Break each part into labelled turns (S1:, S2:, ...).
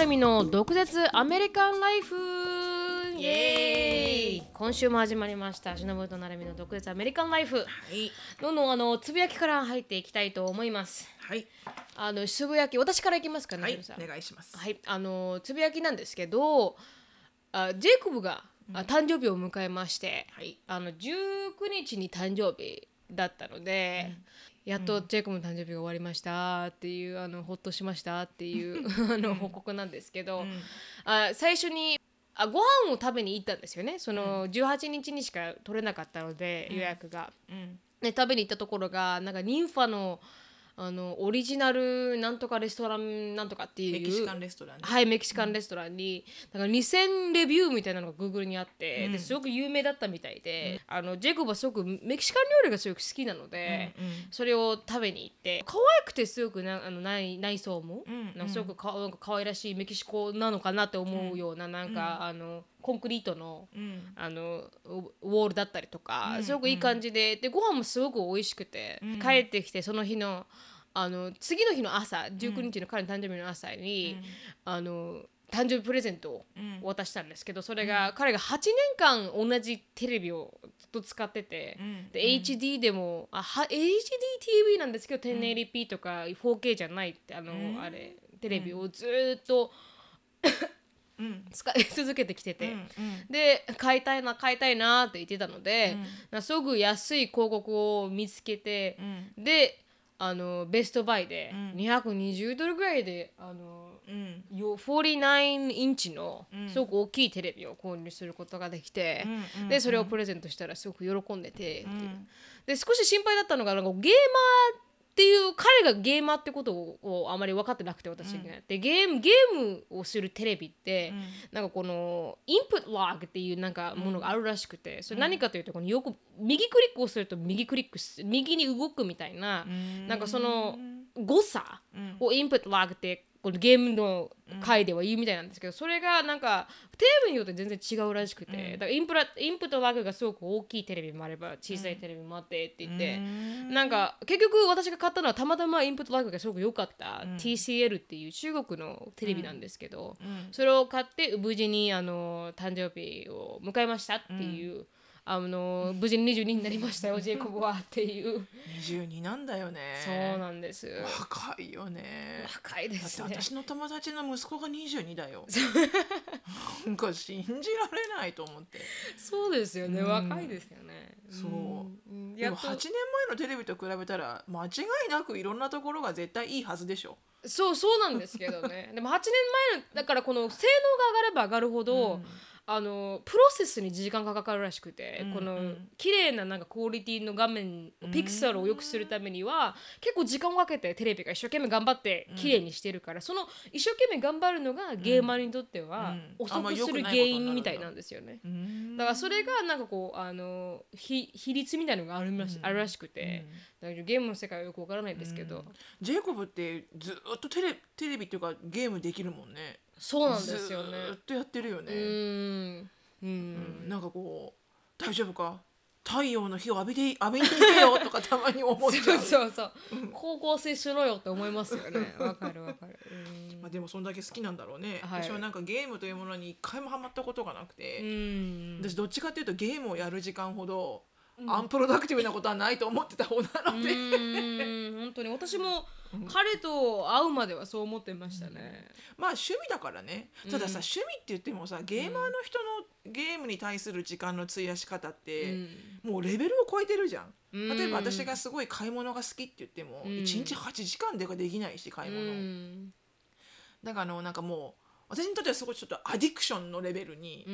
S1: 組の毒舌アメリカンライフイエーイ今週も始まりましたしのぶとなるみの毒舌アメリカンライフ
S2: はい、
S1: どんどんあのつぶやきから入っていきたいと思います
S2: はい、
S1: あのつぶやき私からいきますかね、
S2: は
S1: しの
S2: い
S1: ぶさん、
S2: お願いします。
S1: はい、あのつぶやきなんですけどあジェイコブが、あ誕生日を迎えまして
S2: はい、
S1: あの19日に誕生日だったので、やっとジェイコブの誕生日が終わりましたっていうあのほっとしましたっていう あの報告なんですけど、
S2: うん
S1: あ最初にあご飯を食べに行ったんですよねその18日にしか取れなかったので、予約が。
S2: うん、
S1: で食べに行ったところがなんかニンファのあのオリジナルなんとかレストランなんとかっていう
S2: メキシカンレストランね。
S1: はい、メキシカンレストランに、なんか2000レビューみたいなのが Google にあって、
S2: うん
S1: ですごく有名だったみたいで、あのジェイコブはすごくメキシカン料理がすごく好きなので、
S2: う
S1: それを食べに行って可愛くてすごくなあの内内装も、
S2: うん
S1: なんかすごくかなんか可愛らしいメキシコなのかなって思うような,、なんか、あのコンクリートの
S2: ん、うん、
S1: あのウォールだったりとか、
S2: うん
S1: すごくいい感じででご飯もすごく美味しくて、
S2: うん
S1: 帰ってきてその日のあの次の日の朝19日の彼の誕生日の朝に、あの誕生日プレゼントを
S2: うん、
S1: 渡したんですけどそれが、彼が8年間同じテレビをずっと使ってて、
S2: うん
S1: で
S2: うん
S1: HD でもあは HDTV なんですけど 1080p とか 4K じゃないってあの、
S2: うん
S1: あれテレビをずーっと
S2: うん、
S1: 使い続けてきて
S2: う
S1: て。
S2: ん、
S1: で買いたいな買いたいなって言ってたので、
S2: うん
S1: なんかすごく安い広告を見つけて
S2: う、ん、
S1: であのベストバイで
S2: うん
S1: 220ドルぐらいであの
S2: うん、
S1: よ49インチの
S2: うん
S1: すごく大きいテレビを購入することができて、
S2: うん
S1: でそれをプレゼントしたらすごく喜んでて、
S2: うん、うん
S1: で少し心配だったのがなんかゲーマーっていう彼がゲーマーってことををあまり分かってなくて私的には、でゲームゲームをするテレビって、なんかこのインプットロックっていうなんかものがあるらしくて、それ何かというとこのよく右クリックをすると右クリックす右に動くみたいな、
S2: うん、
S1: なんかその誤差
S2: うん、
S1: をインプットロックってこのゲームの回では言うみたいなんですけど、それがなんかテレビによって全然違うらしくて、
S2: う
S1: だ
S2: ん
S1: からインプラインプットロックがすごく大きいテレビもあれば小さいテレビもあってって言って。
S2: うん
S1: なんか結局私が買ったのはたまたまインプットラックがすごく良かった、
S2: うん
S1: TCL っていう中国のテレビなんですけど、
S2: うん、
S1: それを買って無事にあの誕生日を迎えましたっていう、あの無事に22になりましたよジェイコブはっていう、
S2: 二十二なんだよね。
S1: そうなんです
S2: 若いよね。
S1: 若いで
S2: だって
S1: すね
S2: 私の友達の息子が22だよ。なんか信じられないと思って。
S1: そうですよね、
S2: うん
S1: 若いですよね
S2: そうん
S1: ん
S2: で
S1: や
S2: も
S1: っ
S2: 8年前のテレビと比べたら間違いなくいろんなところが絶対いいはずでしょ。
S1: とそうそうなんですけどねでも8年前のだからこの性能が上がれば上がるほど、あのプロセスに時間がかかるらしくて、
S2: うん
S1: この
S2: うん
S1: 綺麗ななんかクオリティの画面
S2: うん
S1: ピクセルを良くするためには結構時間をかけてテレビが一生懸命頑張って綺麗にしてるから、その一生懸命頑張るのがゲーマーにとっては
S2: うん
S1: 遅
S2: あんま
S1: く
S2: 良
S1: す
S2: くな
S1: る
S2: いこと
S1: 原
S2: になるんだ
S1: 因みたいなんですよね。
S2: うん
S1: だからそれがなんかこうあのひ比率みたいなのがあるらし,、
S2: うん
S1: あるらしく
S2: う
S1: て
S2: ん、
S1: だからゲームの世界はよくわからないんですけど、
S2: うんジェイコブってずっとテレテレビっていうかゲームできるもんね
S1: そうなんですよね。
S2: ずっとやってるよ
S1: う
S2: ね、
S1: ーんう
S2: うん
S1: ん
S2: なんかこう大丈夫か太陽の日を浴びて浴びに行けよとかたまに思っちゃう
S1: そうそうそう高校生しろよって思いますよ ねわかるわかるうん
S2: まあ、でもそんだけ好きなんだろうね、
S1: はい
S2: 私はなんかゲームというものに一回もハマったことがなく
S1: う
S2: て、
S1: ん
S2: 私どっちかっていうとゲームをやる時間ほど、
S1: うん
S2: アンプロダクティブなことはないと思ってた方なので、
S1: うん本当に私も彼と会うまではそう思ってましたね
S2: まあ趣味だからねたださ、
S1: うん
S2: 趣味って言ってもさゲーマーの人のゲームに対する時間の費やし方って、もうレベルを超えてるじゃん。
S1: 例
S2: 例えば私がすごい買い物が好きって言っても、
S1: うん
S2: 一1日8時間でかできないし買い物、
S1: うん
S2: だからあのなんかもう私にとってはすごいちょっとアディクションのレベルに
S1: う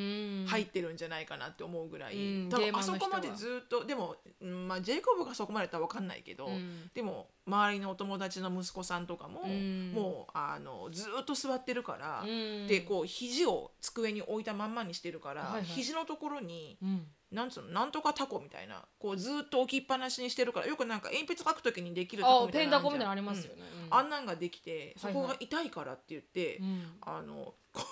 S1: ん
S2: 入ってるんじゃないかなって思うぐらい、
S1: うん
S2: 多
S1: ゲー
S2: 分
S1: マ
S2: あ
S1: ー
S2: そ
S1: の人
S2: こ
S1: は
S2: までずっとでも、うんまあ、ジェイコブがそこまでだったら分かんないけど、
S1: うん
S2: でも周りのお友達の息子さんとかも、
S1: うん
S2: もうあのずっと座ってるから、
S1: うん
S2: でこう肘を机に置いたまんまにしてるから、
S1: はいはい
S2: 肘のところに
S1: うん
S2: なんつうのなんとかタコみたいなこうずっと置きっぱなしにしてるからよくなんか鉛筆書くときにできるタコ
S1: あ
S2: みた
S1: ペ
S2: い
S1: ン
S2: な
S1: ダ
S2: の
S1: コ
S2: る
S1: みたいな
S2: じゃん
S1: のあります
S2: う
S1: よ
S2: ん
S1: ね
S2: あんなんができてそこ
S1: はいは
S2: が痛いからって言って、
S1: うん
S2: あのこう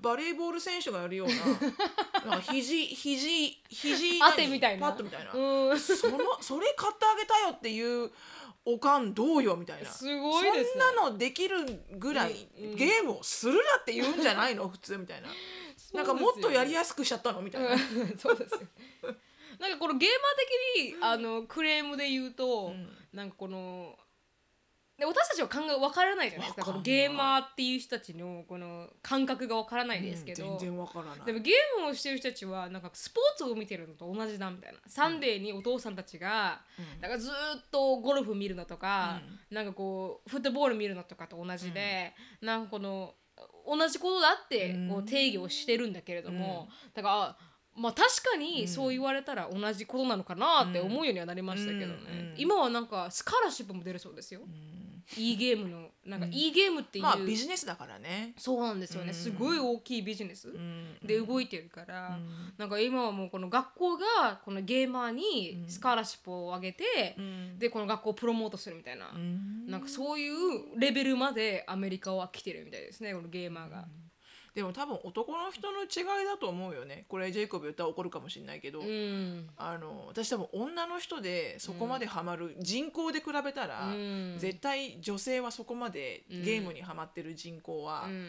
S2: バレーボール選手がやるよう ななんか肘肘肘
S1: 当てみたいな
S2: パットみたいな、
S1: うん
S2: そのそれ買ってあげたよっていうおかんどうよみたいな
S1: すごいです
S2: そん
S1: ね
S2: なのできるぐらい、
S1: うんうん
S2: ゲームをするなって言うんじゃないの 普通みたいな、なんかもっとやりやすくしちゃったのみたいな、
S1: うん そうですよなんかこのゲーマー的にあのクレームで言うと、なんかこので私たちは感が分からないじゃないですか
S2: わかん
S1: こ
S2: な
S1: の
S2: い
S1: ゲーマーっていう人たちのこの感覚が分からないですけど、
S2: うん全然わからない
S1: でもゲームをしてる人たちはなんかスポーツを見てるのと同じだみたいなサンデーにお父さんたちが
S2: うん
S1: なんかずーっとゴルフ見るのとか、なんかこうフットボール見るのとかと同じで、なんかこの同じことだって
S2: うん
S1: こう定義をしてるんだけれども、だからまあ確かにそう言われたら同じことなのかなって思うようにはなりましたけどね、
S2: うんうん
S1: 今はなんかスカラシップも出るそうですよ、
S2: うん
S1: いいゲームのなんか
S2: うん
S1: いいゲームっていう、
S2: まあビジネスだからね、
S1: そうなんですよね、
S2: うん
S1: すごい大きいビジネス
S2: うん
S1: で動いてるから、
S2: うん
S1: なんか今はもうこの学校がこのゲーマーにスカラシップをあげて、
S2: うん
S1: でこの学校をプロモートするみたいな、
S2: うん
S1: なんかそういうレベルまでアメリカは来てるみたいですねこのゲーマーが。
S2: でも多分男の人の違いだと思うよねこれジェイコブ言ったら怒るかもしれないけど、
S1: うん
S2: あの私多分女の人でそこまでハマる、人口で比べたら、
S1: うん
S2: 絶対女性はそこまでゲームにハマってる人口は
S1: うん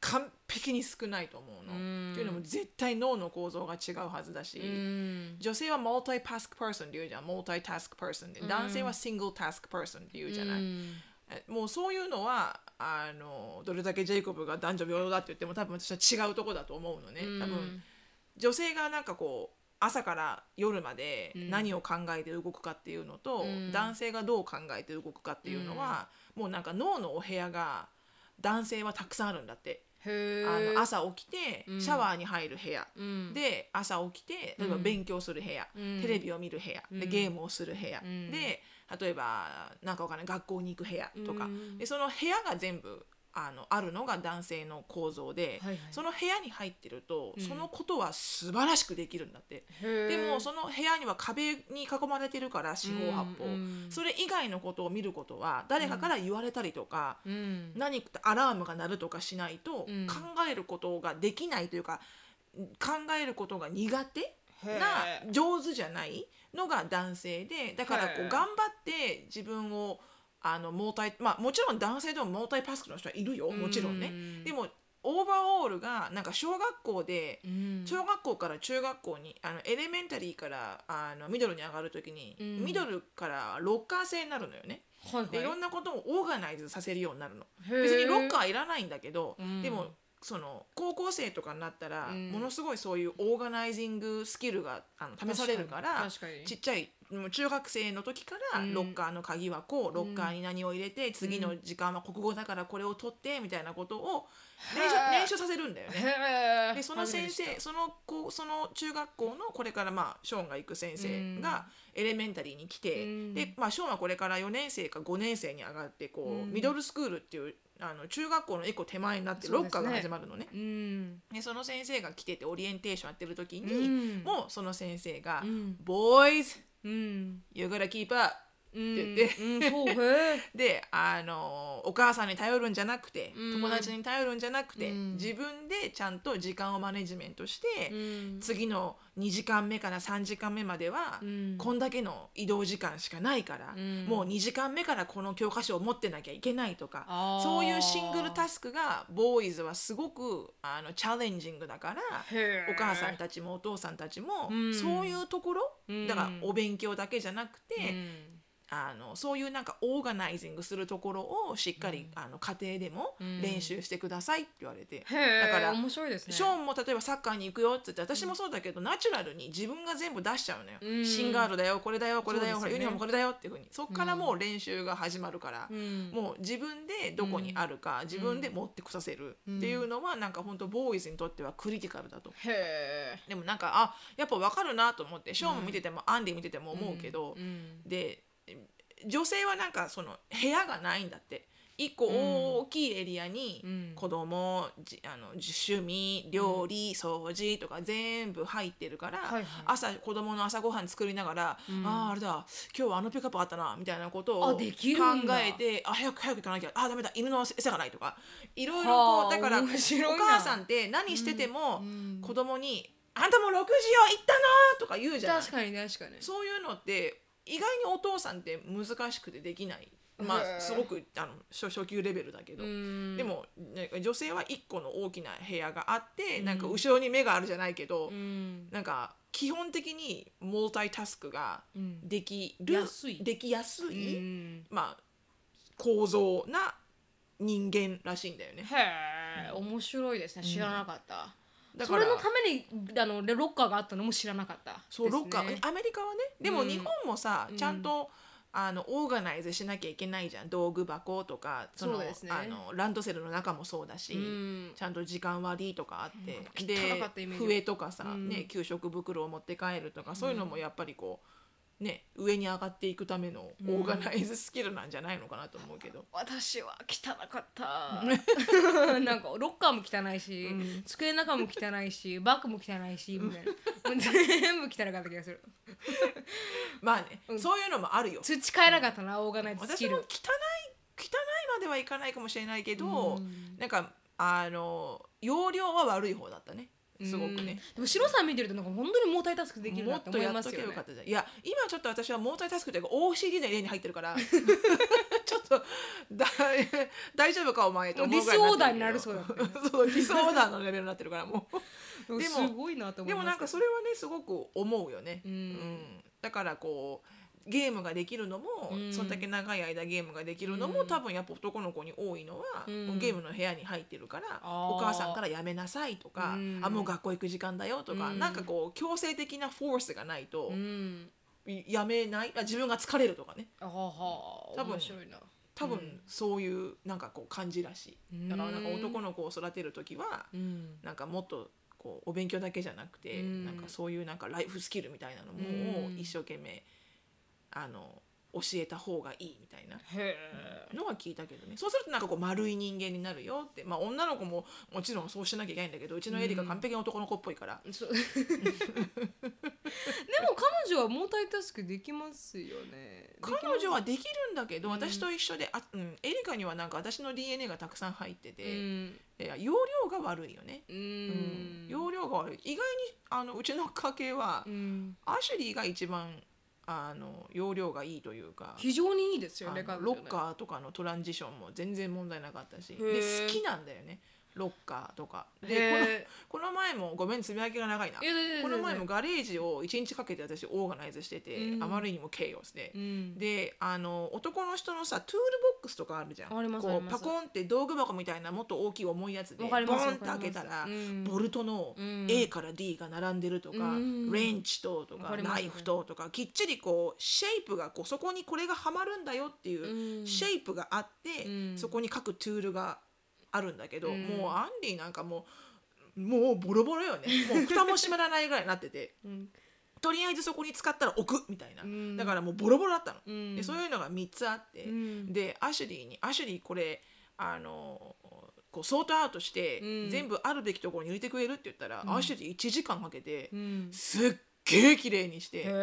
S2: 完璧に少ないと思うの。
S1: うん
S2: っていうのも絶対脳の構造が違うはずだし、
S1: うん
S2: 女性は multi-task person って言うじゃん multi-task person で、
S1: ん
S2: 男性は single task person って言うじゃない、
S1: うん
S2: えもうそういうのはあのどれだけジェイコブが男女平等だって言っても多分私は違うとこだと思うのね、多分女性がなんかこう朝から夜まで
S1: うん
S2: 何を考えて動くかっていうのと、
S1: うん
S2: 男性がどう考えて動くかっていうのは、もうなんか脳のお部屋が男性はたくさんあるんだって、
S1: へ
S2: あ
S1: ー
S2: の朝起きて
S1: うん
S2: シャワーに入る部屋、
S1: うん
S2: で朝起きて例えば
S1: うん
S2: 勉強する部屋、
S1: うん
S2: テレビを見る部屋、
S1: う
S2: で
S1: ん
S2: ゲームをする部屋、
S1: うん
S2: で例えばなんかわかんない学校に行く部屋とか、
S1: うん
S2: でその部屋が全部あのあるのが男性の構造で、
S1: はいはい
S2: その部屋に入ってると、
S1: うん
S2: そのことは素晴らしくできるんだって。でもその部屋には壁に囲まれてるから四方八方、
S1: うんうん
S2: それ以外のことを見ることは誰かから言われたりとか、
S1: へーうん
S2: 何かアラームが鳴るとかしないと、
S1: うん
S2: 考えることができないというか考えることが苦手
S1: へー
S2: な上手じゃないのが男性でだからこ
S1: へ
S2: う
S1: ー
S2: 頑張って自分をあのモータイまあもちろん男性でもモータイパスクの人はいるよもちろんね。
S1: うん
S2: でもオーバーオールがなんか小学校で
S1: うん
S2: 小学校から中学校にあのエレメンタリーからあのミドルに上がる時に、
S1: うん
S2: ミドルからロッカー制になるのよね。
S1: はいはい
S2: でいろんなことをオーガナイズさせるようになるの。
S1: へー
S2: 別にロッカーいらないんだけど、
S1: うん
S2: でもその高校生とかになったら、
S1: うん
S2: ものすごいそういうオーガナイジングスキルがあの試されるから
S1: 確かに確かに
S2: ちっちゃいもう中学生の時から
S1: うん
S2: ロッカーの鍵はこうロッカーに何を入れて、次の時間は国語だからこれを取ってみたいなことを練習,、
S1: へー
S2: 練習させるんだよね。
S1: へー
S2: でその先
S1: 初
S2: 生
S1: めて知っ
S2: その子その中学校のこれからまあショーンが行く先生がエレメンタリーに来て、
S1: うん
S2: で、まあ、ショーンはこれから4年生か5年生に上がってこう、
S1: うん
S2: ミドルスクールっていうあの中学校の一個手前になって
S1: そう
S2: ロ
S1: です
S2: ッ
S1: ね
S2: カーが始まるのね。
S1: たうん
S2: でその先生が来ててオリエンテーションやってる時に、
S1: うん
S2: もうその先生が
S1: うん
S2: 「Boys
S1: うん、
S2: you gotta keep up」
S1: うん、
S2: って言っ
S1: う
S2: て
S1: ん、そうへ
S2: であのお母さんに頼るんじゃなくて、
S1: うん
S2: 友達に頼るんじゃなくて、
S1: うん
S2: 自分でちゃんと時間をマネジメントして。
S1: え
S2: 次の2時間目から3時間目までは、
S1: うん
S2: こんだけの移動時間しかないから、
S1: うん
S2: もう2時間目からこの教科書を持ってなきゃいけないとか
S1: あー
S2: そういうシングルタスクがボーイズはすごくあのチャレンジングだから
S1: へー
S2: お母さんたちもお父さんたちも、
S1: うん
S2: そういうところ
S1: うん
S2: だからお勉強だけじゃなくて、
S1: うん
S2: あのそういうなんかオーガナイジングするところをしっかり、あの家庭でも
S1: うん
S2: 練習してくださいって言われて、
S1: へだ
S2: だか
S1: からら面白いですね
S2: ショーンも例えばサッカーに行くよって言って私もそうだけど、ナチュラルに自分が全部出しちゃうのよ、
S1: うん
S2: シンガールだよこれだよこれだよ
S1: そうですよね
S2: ユニフォームこれだよっていうふうにそこからもう練習が始まるから、
S1: うん
S2: もう自分でどこにあるか、自分で持ってこさせるっていうのはなんか本当ボーイズにとってはクリティカルだと。
S1: へ
S2: でもなんかあやっぱ分かるなと思ってショーンも見てても、アンディ見てても
S1: ー
S2: 思うけど、
S1: うん
S2: で女性はなんかその部屋がないんだって一個大きいエリアに
S1: うん
S2: 子供、じあの趣味料理、掃除とか全部入ってるから、
S1: はいはい
S2: 朝子供の朝ごはん作りながら、
S1: うん
S2: あああれだ今日はあのピックアップあったなみたいなこと
S1: あ
S2: を考
S1: できるんだ
S2: えてあ早く早く行かなきゃあダメだ犬の餌がないとかいろいろ
S1: は
S2: こ
S1: あ
S2: うだからお
S1: 面白いな
S2: 母さんって何してても、
S1: うん
S2: 子供に「あんたも6時よ行ったの!」とか言うじゃない
S1: 確かに確かに
S2: そういうのって意外にお父さんって難しくてできないま
S1: へえ
S2: あすごくあの初初級レベルだけど、
S1: うん
S2: でもなんか女性は一個の大きな部屋があって、
S1: うん
S2: なんか後ろに目があるじゃないけ
S1: う
S2: ど、
S1: ん
S2: なんか基本的にモルタイタスクが
S1: うん
S2: できる
S1: 安い
S2: できやす
S1: う
S2: い、
S1: ん
S2: まあ、構造な人間らしいんだよね。
S1: へえ面白いですね知らなかった、
S2: だ
S1: そ
S2: か
S1: れ
S2: ら
S1: のためにあのロッカーがあったのも知らなかった
S2: そう
S1: です
S2: ロ
S1: ね
S2: ッカー、アメリカはねで
S1: う
S2: も
S1: ん
S2: 日本もさ、
S1: うん
S2: ちゃんとあのオーガナイズしなきゃいけないじゃん道具箱とかその
S1: そうですね
S2: あのランドセルの中もそうだし、
S1: うん
S2: ちゃんと時間割とかあって、
S1: 汚かったイ
S2: で
S1: メージ
S2: 笛とかさ、
S1: うん
S2: ね、給食袋を持って帰るとかそういうのもやっぱりこう、ね、上に上がっていくためのオーガナイズスキルなんじゃないのかなと思うけど。
S1: 私は汚かった なんかロッカーも汚いし、
S2: うん
S1: 机の中も汚い しバッグも汚いしみたいなもう全部汚かった気がする
S2: まあね、
S1: うん
S2: そういうのもあるよ。
S1: 土変えなかったなオーガナイズス
S2: 私
S1: キ
S2: も汚い汚
S1: ル
S2: いまではいかないかもしれないけど、
S1: うん
S2: なんかあの容量は悪い方だったねすごく
S1: うん
S2: ね。
S1: でも白さん見てるとなんか本当にモータイタスクできる
S2: も
S1: な
S2: っ
S1: って思
S2: と
S1: い
S2: や
S1: ま
S2: っと
S1: す
S2: けば
S1: よ
S2: よ
S1: ね
S2: かったじゃんいや今ちょっと私はモータイタスクというか OCD の例に入ってるから ちょっとだ大丈夫かお前と思うぐらい
S1: もうディスオーダーにな
S2: るけど そうディスオーダーのレベルになってるからも う
S1: でも
S2: です
S1: ごいなと思
S2: で
S1: います
S2: もなんかそれはねすごく思うよね、
S1: うん
S2: だからこうゲームができるのも、
S1: うん
S2: そんだけ長い間ゲームができるのも、
S1: うん
S2: 多分やっぱ男の子に多いのは、
S1: うん
S2: もうゲームの部屋に入ってるから
S1: あー
S2: お母さんからやめなさいとか、
S1: うん
S2: あもう学校行く時間だよとか、
S1: うん
S2: なんかこう強制的なフォースがないと
S1: う、ん
S2: いやめないあ自分が疲れるとかね
S1: あはは
S2: 多分
S1: 面白いな
S2: 多
S1: うん
S2: 分そういうなんかこう感じらしい。だからなんか
S1: うん
S2: 男の子を育てる時は、
S1: うん
S2: なんかもっとこうお勉強だけじゃなくて、
S1: うん
S2: なんかそういうなんかライフスキルみたいなのも、
S1: うん
S2: 一生懸命あの教えた方がいいみたいな
S1: へえ
S2: のは聞いたけどねそうするとなんかこう丸い人間になるよって、まあ、女の子ももちろんそうしなきゃいけないんだけどうちのエリカ完璧な男の子っぽいから、
S1: そう でも彼女はモータイタスクできますよね
S2: 彼女はできるんだけど
S1: うん
S2: 私と一緒で、あうん、エリカにはなんか私の DNA がたくさん入ってて、
S1: できます
S2: いや容量が悪いよね。
S1: うんう
S2: うん
S1: ん
S2: 容量が悪い意外にあのうちの家系は、
S1: うん
S2: アシュリーが一番あの容量がいいというか
S1: 非常にいいですよ
S2: あ
S1: ね
S2: の
S1: 彼
S2: ロ
S1: 女
S2: ッカーとかのトランジションも全然問題なかったしで
S1: ー
S2: 好きなんだよねロッカーとかで
S1: で
S2: このこの前もごめんつぶやきが長いなこ
S1: こ
S2: の前もガレージを1日かけて私オーガナイズしてて、
S1: うん
S2: あまりにもケイオスで。
S1: うん
S2: であの男の人のさトゥールボックスとかあるじゃん
S1: ありますあ
S2: こ
S1: り
S2: う
S1: ます
S2: パコンって道具箱みたいなもっと大きい重いやつで
S1: わ
S2: ボ
S1: か
S2: ン
S1: ります
S2: って開けたら、ボルトの
S1: うん
S2: A から D が並んでるとか、
S1: うん
S2: レンチとと
S1: わ
S2: か
S1: かります
S2: ナイフととかきっちりこうシェイプがこうそこにこれがはまるんだよっていうシェ
S1: イ
S2: イプがあって、
S1: うん
S2: そこに各トゥールがあるんだけど、
S1: うん
S2: もうアンディなんかもうもうボロボロよねもう蓋も閉まらないぐらいになっ ててとりあえずそこに使ったら置くみたいな、だからもうボロボロだったの。でそう
S1: う
S2: いうのが3つあって、
S1: ん
S2: でアシュリーに「アシュリーこれあのこうソートアウトして、
S1: うん
S2: 全部あるべきところに入れてくれる?」って言ったら、
S1: うん
S2: アシュリー1時間かけて、
S1: うん
S2: すっげえ綺麗にして、
S1: で
S2: で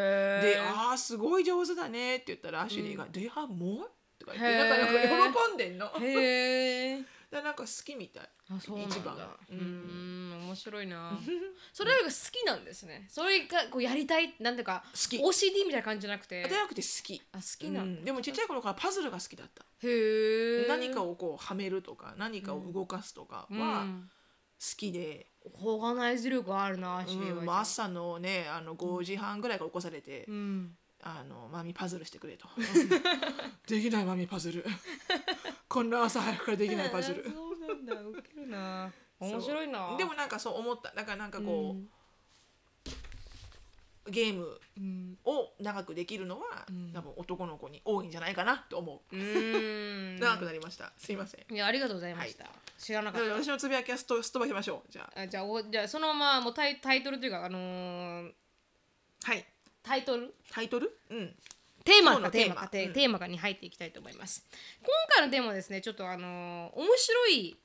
S2: 「あーすごい上手だね」って言ったらアシュリーが「Do you have more?」とか言って
S1: へー
S2: なんかなんか喜んでんの。だ か
S1: へえ
S2: らなんか好きみたい。
S1: あそうなんだ
S2: 一番が
S1: う
S2: うんん
S1: 面白いな それが好きなんですねそれがこうやりたいなんていうか
S2: 好き。
S1: OCD みたいな感じじゃなくて
S2: じゃなくて好き。
S1: あ好きなんだ、
S2: うんでもちっちゃい頃からパズルが好きだった。
S1: へえ
S2: 何か
S1: を
S2: をこうはめるとか何かを動かすとかは好きで、
S1: オーガナイズ力あるなアシュリー
S2: うん、もう
S1: は
S2: 朝のねあの5時半ぐらいから起こされて、
S1: うん
S2: あのマミパズルしてくれと できないマミ パズルこんな朝早くからできないパズル
S1: そうなんだウケるな
S2: そう
S1: 面白いな
S2: でもなんかそう思っただからなんかこう、ゲーム
S1: うん
S2: を長くできるのは、
S1: うん
S2: 多分男の子に多いんじゃないかなと思
S1: う
S2: う、
S1: ん
S2: 長くなりましたすいません
S1: いやありがとうございました、知らなか
S2: だ
S1: っ
S2: か
S1: た
S2: ら私のつぶやきはすとすっ飛ばしましょうじゃあ
S1: あじゃあおじゃあそのままもうタイタイトルというかあのー
S2: はい
S1: タイトル
S2: タイトルうん
S1: テーマ
S2: 今日
S1: か
S2: の
S1: テー
S2: テー
S1: マ
S2: マ
S1: かテー
S2: うん
S1: テーマかに入っていきたいと思います。今回のテーマはですねちょっとあのー面白い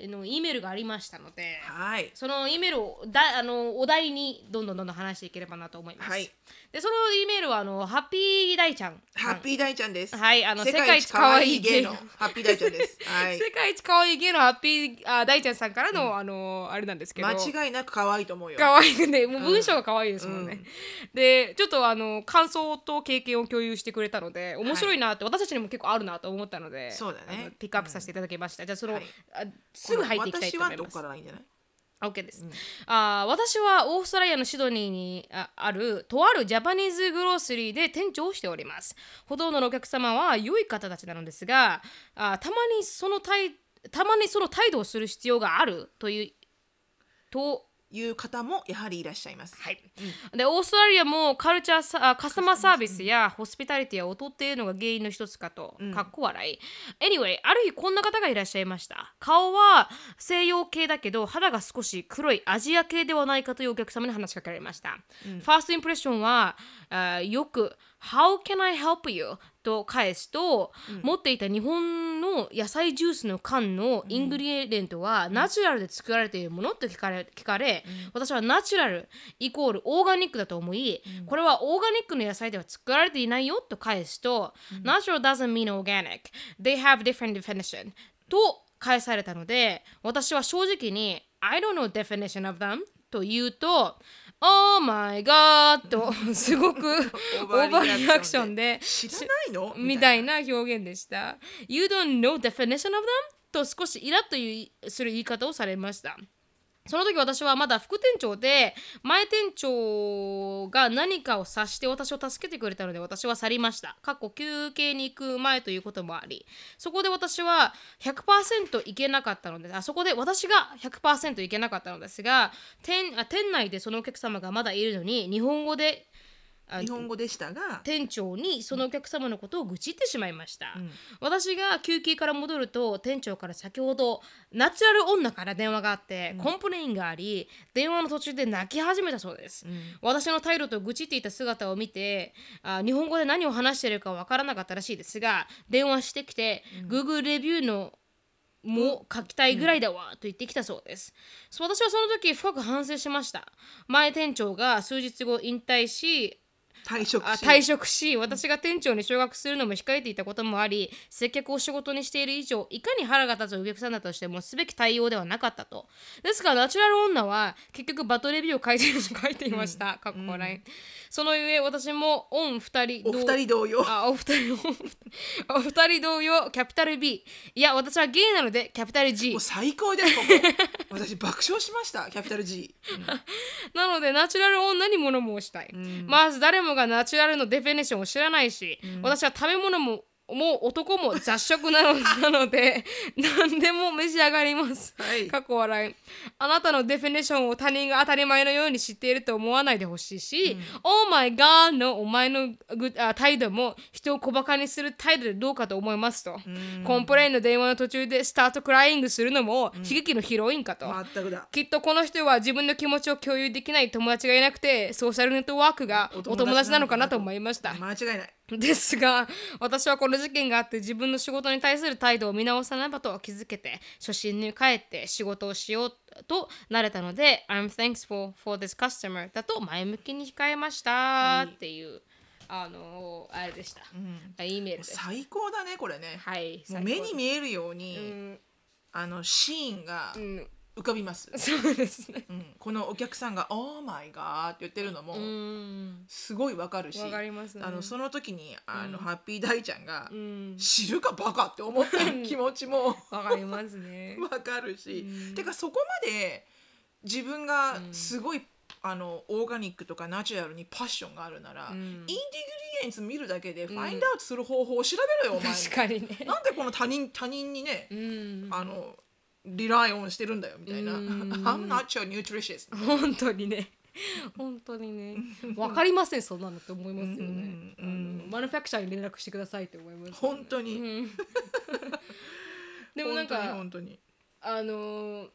S1: の E メールがありましたので、
S2: はい
S1: その E メールをだあのお題にどんどんどんどん話していければなと思います。
S2: はい
S1: でその E メールはあのハッピー大ちゃんさ
S2: ハ
S1: ん
S2: ッピー大ちゃんです。
S1: はいあの
S2: 世界一
S1: 世界一可
S2: 可
S1: 愛
S2: 愛
S1: い
S2: い
S1: 芸
S2: 芸
S1: 能
S2: 能。ハッピー大ちゃんです。はい。
S1: 世界一可愛い芸のハッピーあ大ちゃんさんからの、あのあれなんですけど
S2: 間違いなく可愛いと思うよ。
S1: 可愛いねもう文章が可愛いですもんね、
S2: うん
S1: でちょっとあの感想と経験を共有してくれたので面白いなって、私たちにも結構あるなと思ったので
S2: そうだね
S1: あのピックアップさせていただきました、じゃあその、
S2: はい
S1: あすぐ入っていきたいと思い
S2: 私はど
S1: ま
S2: っ
S1: す
S2: からがいいんじゃない？
S1: あ OK です、あー私はオーストラリアのシドニーにああるとあるジャパニーズグロースリーで店長をしておりますほとんどのお客様は良い方たちなのですがあーたまにその態たまにその態度をする必要があるというと
S2: いう方もやはりいらっしゃいます。
S1: はい、でオーストラリアもカルチャーさあカスタマーサービスやホスピタリティは劣っているのが原因の一つかと、
S2: うん
S1: かっこ笑い Anyway ある日こんな方がいらっしゃいました顔は西洋系だけど肌が少し黒いアジア系ではないかというお客様に話しかけられました、ファーストインプレッションはあよく「How can I help you?」と返すと、持っていた日本の野菜ジュースの缶のイングリエントはナチュラルで作られているものと聞かれ聞かれ、私はナチュラルイコールオーガニックだと思い、これはオーガニックの野菜では作られていないよと返すと、natural doesn't mean organic they have different definition と返されたので私は正直に I don't know definition of them と言うと Oh my god とすごくオーバーリアクションで
S2: 知らないの？
S1: みたいな表現でした。You don't know definition of them? と少しイラッというする言い方をされました。その時私はまだ副店長で前店長が何かを察して私を助けてくれたので私は去りました。かっこ休憩に行く前ということもありそこで私は100%行けなかったのであそこで私が100%行けなかったのですが店あ店内でそのお客様がまだいるのに日本語であ
S2: 日本語でしたが、
S1: 店長にそのお客様のことを愚痴ってしまいました、私が休憩から戻ると店長から先ほどナチュラル女から電話があって、コンプレインがあり電話の途中で泣き始めたそうです、私の態度と愚痴っていた姿を見てあ日本語で何を話しているかわからなかったらしいですが電話してきて、Google レビューのも書きたいぐらいだわと言ってきたそうです、そう私はその時深く反省しました前店長が数日後引退し
S2: 退職
S1: あ
S2: し、
S1: 退職し私が店長に昇格するのも控えていたこともあり接客を仕事にしている以上いかに腹が立つお客さんだとしてもすべき対応ではなかったとですからナチュラル女は結局バトレビューを書いていると書いていました、かっこ笑い、そのゆえ私もオン2人
S2: お二人同様。
S1: あお二人お二人同様キャピタル B いや私はゲイなのでキャピタル G
S2: もう最高です ここ私爆笑しましたキャピタル G
S1: なのでナチュラル女に物申したい、まず誰もがナチュラルのデフィニッションを知らないし、私は食べ物ももう男も雑食な のなので何でも召し上がります。
S2: はい
S1: 過去笑いあなたのデフィニッションを他人が当たり前のように知っていると思わないでほしいし「オーマイガー」のお前のぐあ態度も人を小バカにする態度でどうかと思いますと、コンプレインの電話の途中でスタートクライングするのも悲劇のヒロインかと、
S2: 全くだ
S1: きっとこの人は自分の気持ちを共有できない友達がいなくてソーシャルネットワークがお友達なのかなと思いました
S2: 間違いない
S1: ですが私はこの事件があって自分の仕事に対する態度を見直さねばと気づけて初心に帰って仕事をしようとなれたので I'm thankful for this customer だと前向きに控えましたっていう、あのあれでした、あ E メールです
S2: 最高だねこれね、
S1: はい
S2: もう
S1: 最高
S2: 目に見えるように、
S1: ん
S2: あのシーンが
S1: ん
S2: 浮かびます、
S1: そうですね
S2: うんこのお客さんが「オーマイガー」って言ってるのも
S1: うん
S2: すごいわかるし、
S1: わかりますね
S2: あのその時にあの、ハッピー大ちゃんが、
S1: うん
S2: 知るかバカって思った気持 ちも
S1: わかりますね
S2: わかるし、
S1: うん
S2: てかそこまで自分がすごい、あのオーガニックとかナチュラルにパッションがあるなら、
S1: うん
S2: インディグリエンス見るだけでファインドアウトする方法を調べろよ、お前
S1: 確かにね
S2: なんでこの他人他人にね、
S1: うん
S2: あのリライオンしてるんだよみたいな「
S1: うん
S2: I'm not your nutritionist
S1: 本当にね本当にねわかりませんそんなのって思いますよね
S2: うんうん
S1: あのマヌファクチャーに連絡してくださいって思います」
S2: 本当に、
S1: うんでもなんか
S2: 本当に
S1: あのー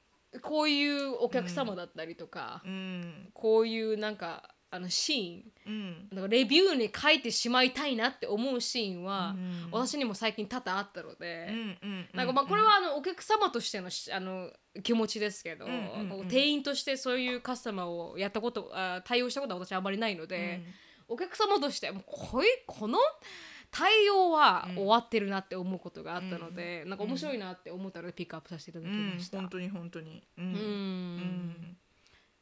S1: こういうお客様だったりとか
S2: 本当に、うん
S1: こういうなんかあのシ
S2: う
S1: ー
S2: ん
S1: ンなんかレビューに書いてしまいたいなって思うシーンは、
S2: うん
S1: 私にも最近多々あったので。
S2: うんうん
S1: なんかまあこれはあのお客様としてのしあの気持ちですけど、
S2: うんうんうん
S1: 店員としてそういうカスタマーをやったことあ対応したことは私はあまりないので、お客様としてもうこいこの対応は
S2: うん
S1: 終わってるなって思うことがあったので、なんか面白いなって思ったのでピックアップさせていただ
S2: う
S1: き
S2: んうん
S1: ました。
S2: 本当に本当にう
S1: うんん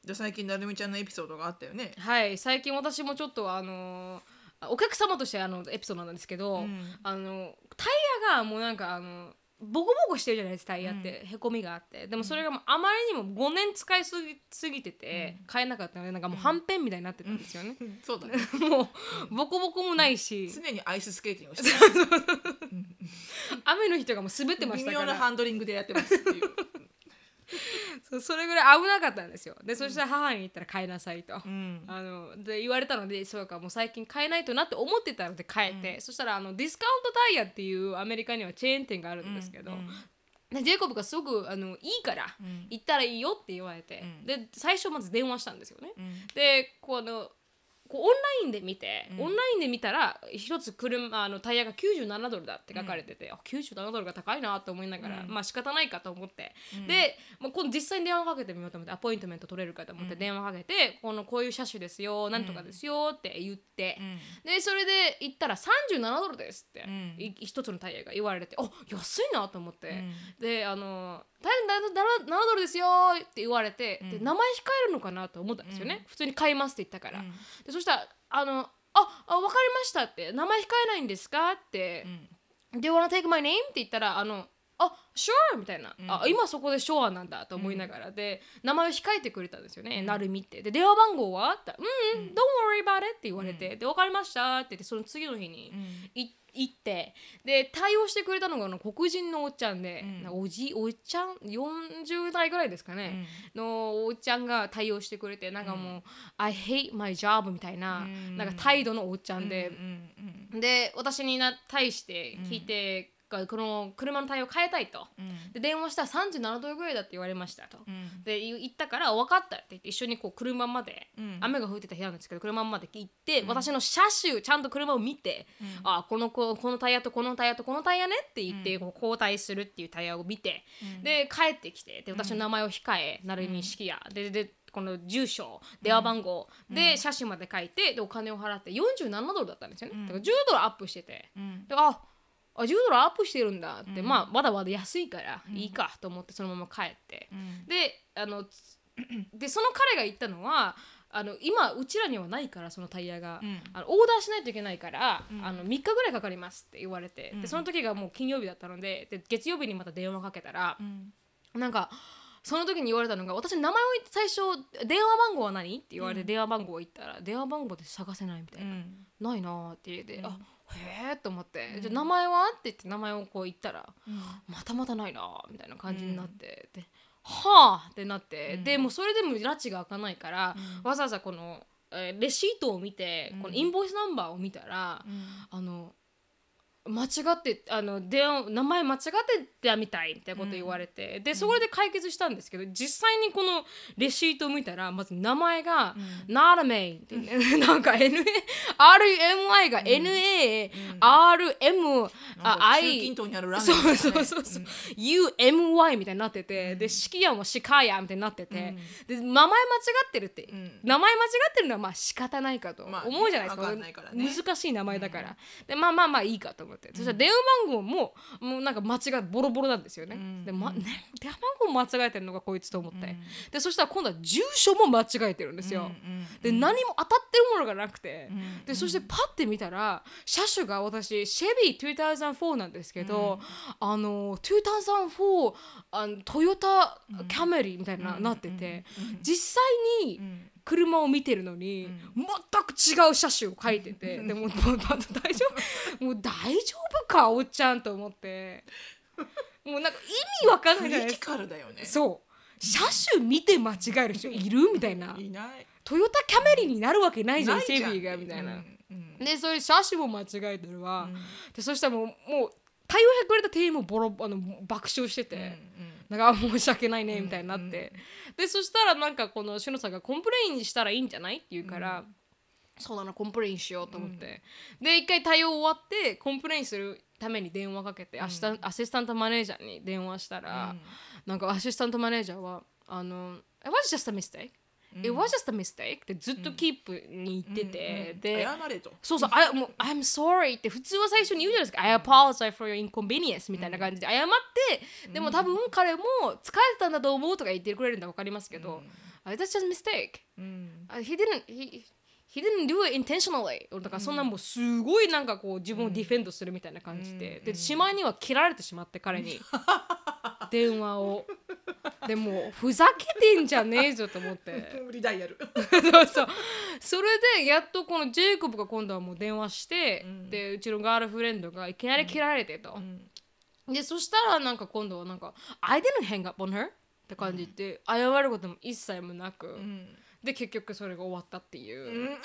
S2: で最近なるみちゃんのエピソードがあったよね
S1: はい最近私もちょっとあのあお客様としてあのエピソードなんですけど、
S2: うん
S1: あのタイヤがもうなんかあのボコボコしてるじゃないですかタイヤって、へこみがあってでもそれがもうあまりにも5年使いすぎすぎてて、買えなかったのでなんかもうはんぺんみたいになってたんですよね、
S2: そうだね
S1: もうボコボコもないし
S2: 常にアイススケーティングをしてる
S1: 雨の日とかも滑ってまし
S2: 微
S1: たか
S2: 妙な
S1: ら
S2: ハンドリングでやってますっていう
S1: そうそれぐらい危なかったんですよでそしたら母に言ったら買いなさいと。
S2: うん
S1: あので言われたのでそうかもう最近買えないとなって思ってたので買えて、そしたらあのディスカウントタイヤっていうアメリカにはチェーン店があるんですけど、
S2: うん
S1: でジェイコブがすごくあのいいから
S2: うん
S1: 行ったらいいよって言われて、
S2: うん
S1: で最初まず電話したんですよね。
S2: うん
S1: でこのこうオンラインで見て、
S2: うん
S1: オンラインで見たら一つ車あのタイヤが97ドルだって書かれてて、あ97ドルが高いなと思いながら、
S2: うん
S1: まあ仕方ないかと思って、
S2: うん
S1: で、まあ、この実際に電話かけてみようと思ってアポイントメント取れるかと思って
S2: うん
S1: 電話かけて、このこういう車種ですよなんとかですよって言って
S2: う、ん
S1: でそれで行ったら37ドルですって、
S2: うん
S1: い一つのタイヤが言われてあ安いなと思って。
S2: うん
S1: であの「大変だ7ドルですよ」って言われて、
S2: うん
S1: で名前控えるのかなと思ったんですよね、
S2: うん
S1: 普通に買いますって言ったから、
S2: うん
S1: でそしたら「あのああ分かりました」って「名前控えないんですか?」って
S2: うん
S1: 「Do you wanna take my name?」って言ったら「あのあ sure」みたいな、
S2: うん
S1: あ今そこで「sure」なんだと思いながら、で名前を控えてくれたんですよね、
S2: うん
S1: なるみってで電話番号はって「うん、
S2: うん
S1: don't worry about it」って言われて、で分かりましたって言ってその次の日に、
S2: うん
S1: い行ってで対応してくれたのがあの黒人のおっちゃんで、
S2: うん
S1: なんかおじおっちゃん40代ぐらいですか
S2: う
S1: ね、
S2: ん
S1: のおっちゃんが対応してくれてなんかもう「I hate my job」みたいな,、
S2: うん
S1: なんか態度のおっちゃん
S2: う
S1: で、
S2: んうん
S1: で私にな対して聞いて、この車の対応変えたいと
S2: うん
S1: で電話したら37度ぐらいだって言われましたと。
S2: うん
S1: で言言ったから分かったって言って一緒にこう車まで、
S2: うん
S1: 雨が降ってた部屋なんですけど車まで行って、私の車種ちゃんと車を見て、
S2: うん
S1: あこのここのタイヤとこのタイヤとこのタイヤねって言って、
S2: う
S1: こう交代するっていうタイヤを見て、
S2: うん
S1: で帰ってきてで私の名前を控え、なるみ式やででこの住所電話番号、で写真まで書いてでお金を払って47ドルだったんですよね、
S2: うん
S1: だから10ドルアップしてて
S2: うん
S1: でああ10ドルアップしてるんだって、
S2: うん
S1: まあまだまだ安いからいいかと思ってそのまま帰って、
S2: うん
S1: であのつでその彼が言ったのはあの今うちらにはないからそのタイヤが、
S2: うん
S1: あのオーダーしないといけないから、
S2: うん
S1: あの3日ぐらいかかりますって言われて、
S2: うん
S1: でその時がもう金曜日だったのでで月曜日にまた電話かけたら
S2: う、ん
S1: なんかその時に言われたのが私名前を最初「電話番号は何?」って言われて、
S2: うん
S1: 電話番号を言ったら「電話番号で探せない」みたいな。
S2: うん
S1: ないなーって言って、
S2: うん
S1: あへえと思って、
S2: うん
S1: じゃあ名前はって言って名前をこう言ったら
S2: うん
S1: またまたないなーみたいな感じになって、ではあってなって、
S2: うん
S1: でもうそれでも拉致が開かないから、
S2: うん
S1: わざわざこの、えーレシートを見て、
S2: うん
S1: このインボイスナンバーを見たら、
S2: うん
S1: あの間違ってあの電話名前間違ってたみたいみたいなこと言われて、でそれで解決したんですけど実際にこのレシートを見たらまず名前が「
S2: うん
S1: Not a main」ってね、なんか NA RMI が NA、RM
S2: なんか
S1: あ
S2: 中
S1: I
S2: 近東にあるラーメン
S1: そう
S2: みた
S1: そ
S2: いな
S1: う
S2: ね
S1: そうそう、UMY みたいになってて、でシキヤンはシカヤンみたいになってて、で名前間違ってるって、
S2: ん
S1: 名前間違ってるのはまあ仕方ないかと
S2: まあね
S1: 思うじゃないですか,、
S2: わかんないからね
S1: 難しい名前だから、でまあまあまあいいかと思って、そしたら電話番号ももうなんか間違いボロボロなんですよね,、
S2: うん
S1: でま、ね電話番号間違えてるのがこいつと思って、
S2: うん
S1: でそしたら今度は住所も間違えてるんですよ、で何も当たってるものがなくて、
S2: うん
S1: でそしてパッて見たら車種が私シェビー2004なんですけど、あの2004あのトヨタキャメリーみたいな、なってて、実際に
S2: うん
S1: 車を見てるのに、全く違う車種を書いてて、でももう大丈 夫もう大丈夫かおっちゃんと思ってもうなんか意味わかんない
S2: ク
S1: じゃない
S2: リ
S1: で
S2: テ
S1: す
S2: ィ
S1: か
S2: カルだよね
S1: そう車種見て間違える人いるみたいない
S2: ない
S1: トヨタキャメリになるわけないじゃん
S2: ない
S1: セ
S2: じゃん
S1: ビーがみたいな、
S2: うんうん
S1: でそういう車種も間違えてるわ、
S2: うん
S1: でそしたらもうもう対応してくれた店員もボロあの爆笑してて、
S2: うん
S1: だから申し訳ないねみたいになって、でそしたらなんかこのしのさんがコンプレインしたらいいんじゃないって言うから、そうだなコンプレインしようと思って、で一回対応終わってコンプレインするために電話かけて、アシスタンアシスタントマネージャーに電話したら、なんかアシスタントマネージャーはあの「It was just a mistake」It was just a mistake ってずっとキープに言ってて、で、
S2: 謝れと。
S1: そうそう、あもう I'm sorry って普通は最初に言うじゃないですか。I apologize for your inconvenience みたいな感じで謝って、でも多分彼も疲れてたんだと思うとか言ってくれるんだわかりますけど、あ That's just a mistake.
S2: うん
S1: あ He didn't, he, he didn't do it intentionally. だからそんなもうすごいなんかこう自分をディフェンドするみたいな感じで、で、しまいには切られてしまって彼に電話を。でもふざけてんじゃねえぞと思 って。
S2: リダイヤル。
S1: そうそうそれでやっとこのジェイコブが今度はもう電話して、
S2: うん
S1: でうちのガールフレンドがいきなり切られてと、でそしたらなんか今度はなんか「I didn't hang up on her」って感じで、謝ることも一切もなく、
S2: うん
S1: で結局それが終わったって
S2: う
S1: いうん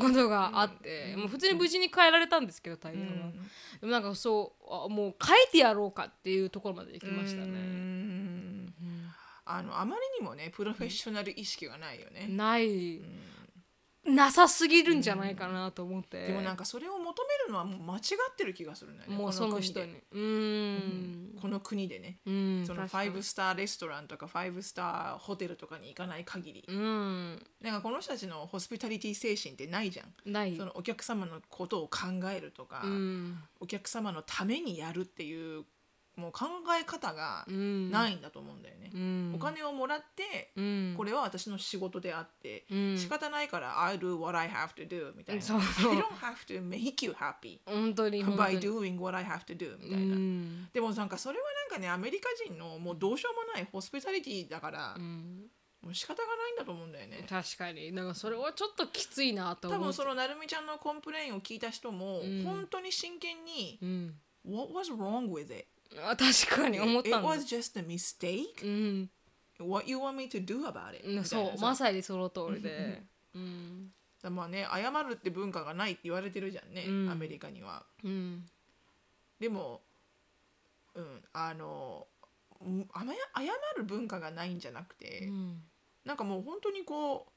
S1: ことがあって、もう普通に無事に変えられたんですけど対応は、でもなんかそうあもう書いてやろうかっていうところまで行きました
S2: う
S1: ね、
S2: んあのあまりにもねプロフェッショナル意識がないよね。
S1: ない、なさすぎるんじゃないかなと思って、
S2: でもなんかそれを求めるのはもう間違ってる気がするんだよね。
S1: もうその人
S2: こ
S1: に。うーん。
S2: この国でね。
S1: うん。
S2: その
S1: 確
S2: フ
S1: か
S2: ァ
S1: に
S2: イブスターレストランとかファイブスターホテルとかに行かない限り、
S1: うん。
S2: なんかこの人たちのホスピタリティ精神ってないじゃん。
S1: ない。
S2: そのお客様のことを考えるとか、
S1: うん。
S2: お客様のためにやるっていうもう考え方が
S1: うん。。
S2: ないいんだと思うんだよね。
S1: うん。
S2: お。金をもらって、
S1: うん。
S2: これは私の仕事であって、
S1: うん。
S2: 仕方ないから I do what I have to do みたいな。
S1: そうそう
S2: I don't have to make you happy
S1: 本当 に。本当
S2: by
S1: に。
S2: doing what I have to do み
S1: う
S2: たいな。
S1: ん。
S2: でもなんかそれはなんかねアメリカ人のもうどうしようもないホスピタリティだから、
S1: うん。
S2: もう仕方がないんだと思うんだよね。
S1: 確かに。だからそれはちょっときついなと
S2: 多
S1: 思
S2: 分
S1: う。
S2: そのなるみちゃんのコンプレインを聞いた人も、
S1: うん
S2: 本当に真剣に
S1: うん。
S2: 「What was wrong with it?」
S1: あ確かに思っ
S2: It
S1: たんだ。
S2: was just a mistake.
S1: うん
S2: What you want me to do about it?
S1: うん。
S2: みたい
S1: そ
S2: な
S1: う。まさにその通り で。うん。
S2: まあね謝るって文化がないって言われてるじゃんね、
S1: うん
S2: アメリカには。
S1: うん。
S2: でも、うん、あのうんあまや謝る文化がないんじゃなくて、
S1: うん。
S2: なんかもう本当にこ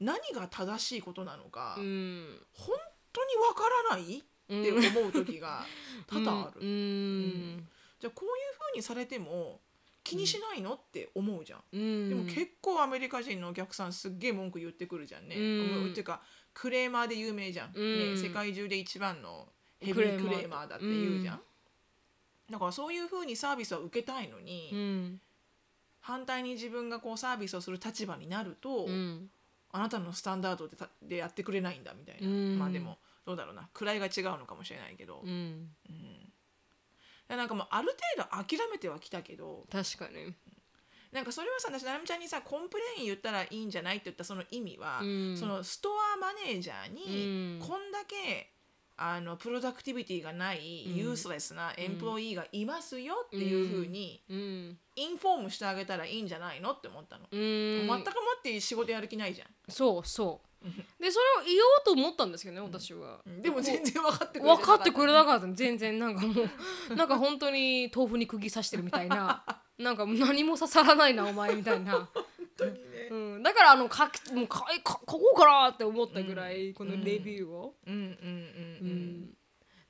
S2: う何が正しいことなのか、
S1: うん。
S2: 本当にわからないって思う時が多々ある。
S1: うん。
S2: じゃあこういう風にされても気にしないのって思うじゃん。
S1: うん。
S2: でも結構アメリカ人のお客さんすっげえ文句言ってくるじゃんね。
S1: うん
S2: もうっていうかクレーマーで有名じゃん、
S1: うん
S2: ね。世界中で一番のヘビークレーマーだって言うじゃん。だからそういう風にサービスを受けたいのに、
S1: うん。
S2: 反対に自分がこうサービスをする立場になると、
S1: うん。
S2: あなたのスタンダードでたでやってくれないんだみたいな、
S1: うん
S2: まあでもどうだろうな位が違うのかもしれないけど、
S1: うん。
S2: うんなんかもうある程度諦めてはきたけど
S1: 確かに。
S2: なんかそれはさ私ななみちゃんにさコンプレイン言ったらいいんじゃないって言ったその意味は、
S1: うん
S2: そのストアマネージャーに、
S1: うん
S2: こんだけあのプロダクティビティがない、
S1: うん
S2: ユースレスなエンプロイーがいますよっていうふうに、
S1: うん。
S2: インフォームしてあげたらいいんじゃないのって思ったの、
S1: うーん
S2: 全くもって仕事やる気ないじゃん
S1: そうそうでそれを言おうと思ったんですけどね私は、
S2: でも全然分かってくれな
S1: 分かってくれなか
S2: かっ
S1: ったの全然なんかもうなんか本当に豆腐に釘刺してるみたいななんかもう何も刺さらないなお前みたいな、
S2: た本当にね
S1: うん、だからあの書きもうかか書こうかなって思ったぐらい、このレビューを、
S2: うんうん
S1: う
S2: うんんうん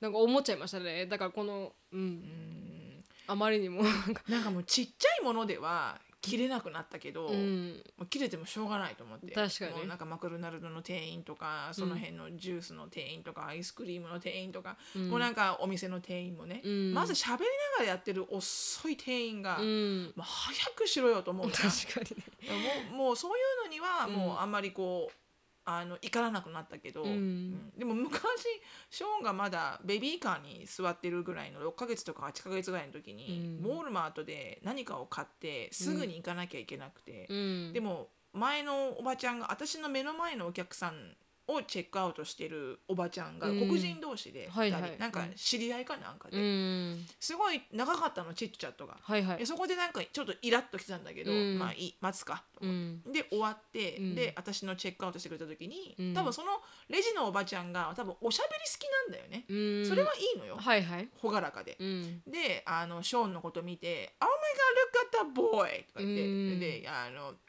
S1: なんか思っちゃいましたねだからこの、うん
S2: うん
S1: あまりにもなんか、
S2: なんかもうちっちゃいものでは切れなくなったけど、
S1: うん、
S2: もう切れてもしょうがないと思って
S1: 確かに
S2: もうなんかマクドナルドの店員とかその辺のジュースの店員とか、アイスクリームの店員とか、もうなんかお店の店員もね、
S1: うん
S2: まず喋りながらやってる遅い店員が、
S1: うん、
S2: もう早くしろよと思うじゃん
S1: 確かにね
S2: もうもうそういうのにはもうあんまりこう、あの怒らなくなったけど、
S1: うん
S2: うんでも昔ショーンがまだベビーカーに座ってるぐらいの6ヶ月とか8ヶ月ぐらいの時に、
S1: うん
S2: ウォールマートで何かを買ってすぐに行かなきゃいけなくて、
S1: うん
S2: でも前のおばちゃんが私の目の前のお客さんをチェックアウトしてるおばちゃんが
S1: うん
S2: 黒人同士で
S1: は
S2: 二
S1: い
S2: 人、
S1: はい
S2: なんか
S1: うん
S2: 知り合いかなんかで、
S1: うん
S2: すごい長かったのチッチャットが、
S1: はいはい
S2: でそこでなんかちょっとイラッときたんだけど、
S1: うん
S2: まあいい待つかと
S1: う
S2: 思って
S1: ん
S2: で終わって、
S1: うん
S2: で私のチェックアウトしてくれた時に、
S1: うん
S2: 多分そのレジのおばちゃんが多分おしゃべり好きなんだよね、
S1: うん
S2: それはいいのよ
S1: はいはい
S2: 朗らかで。
S1: うん
S2: であのショーンのこと見て「Oh my god look at that boy」とか言って、
S1: うん
S2: であの「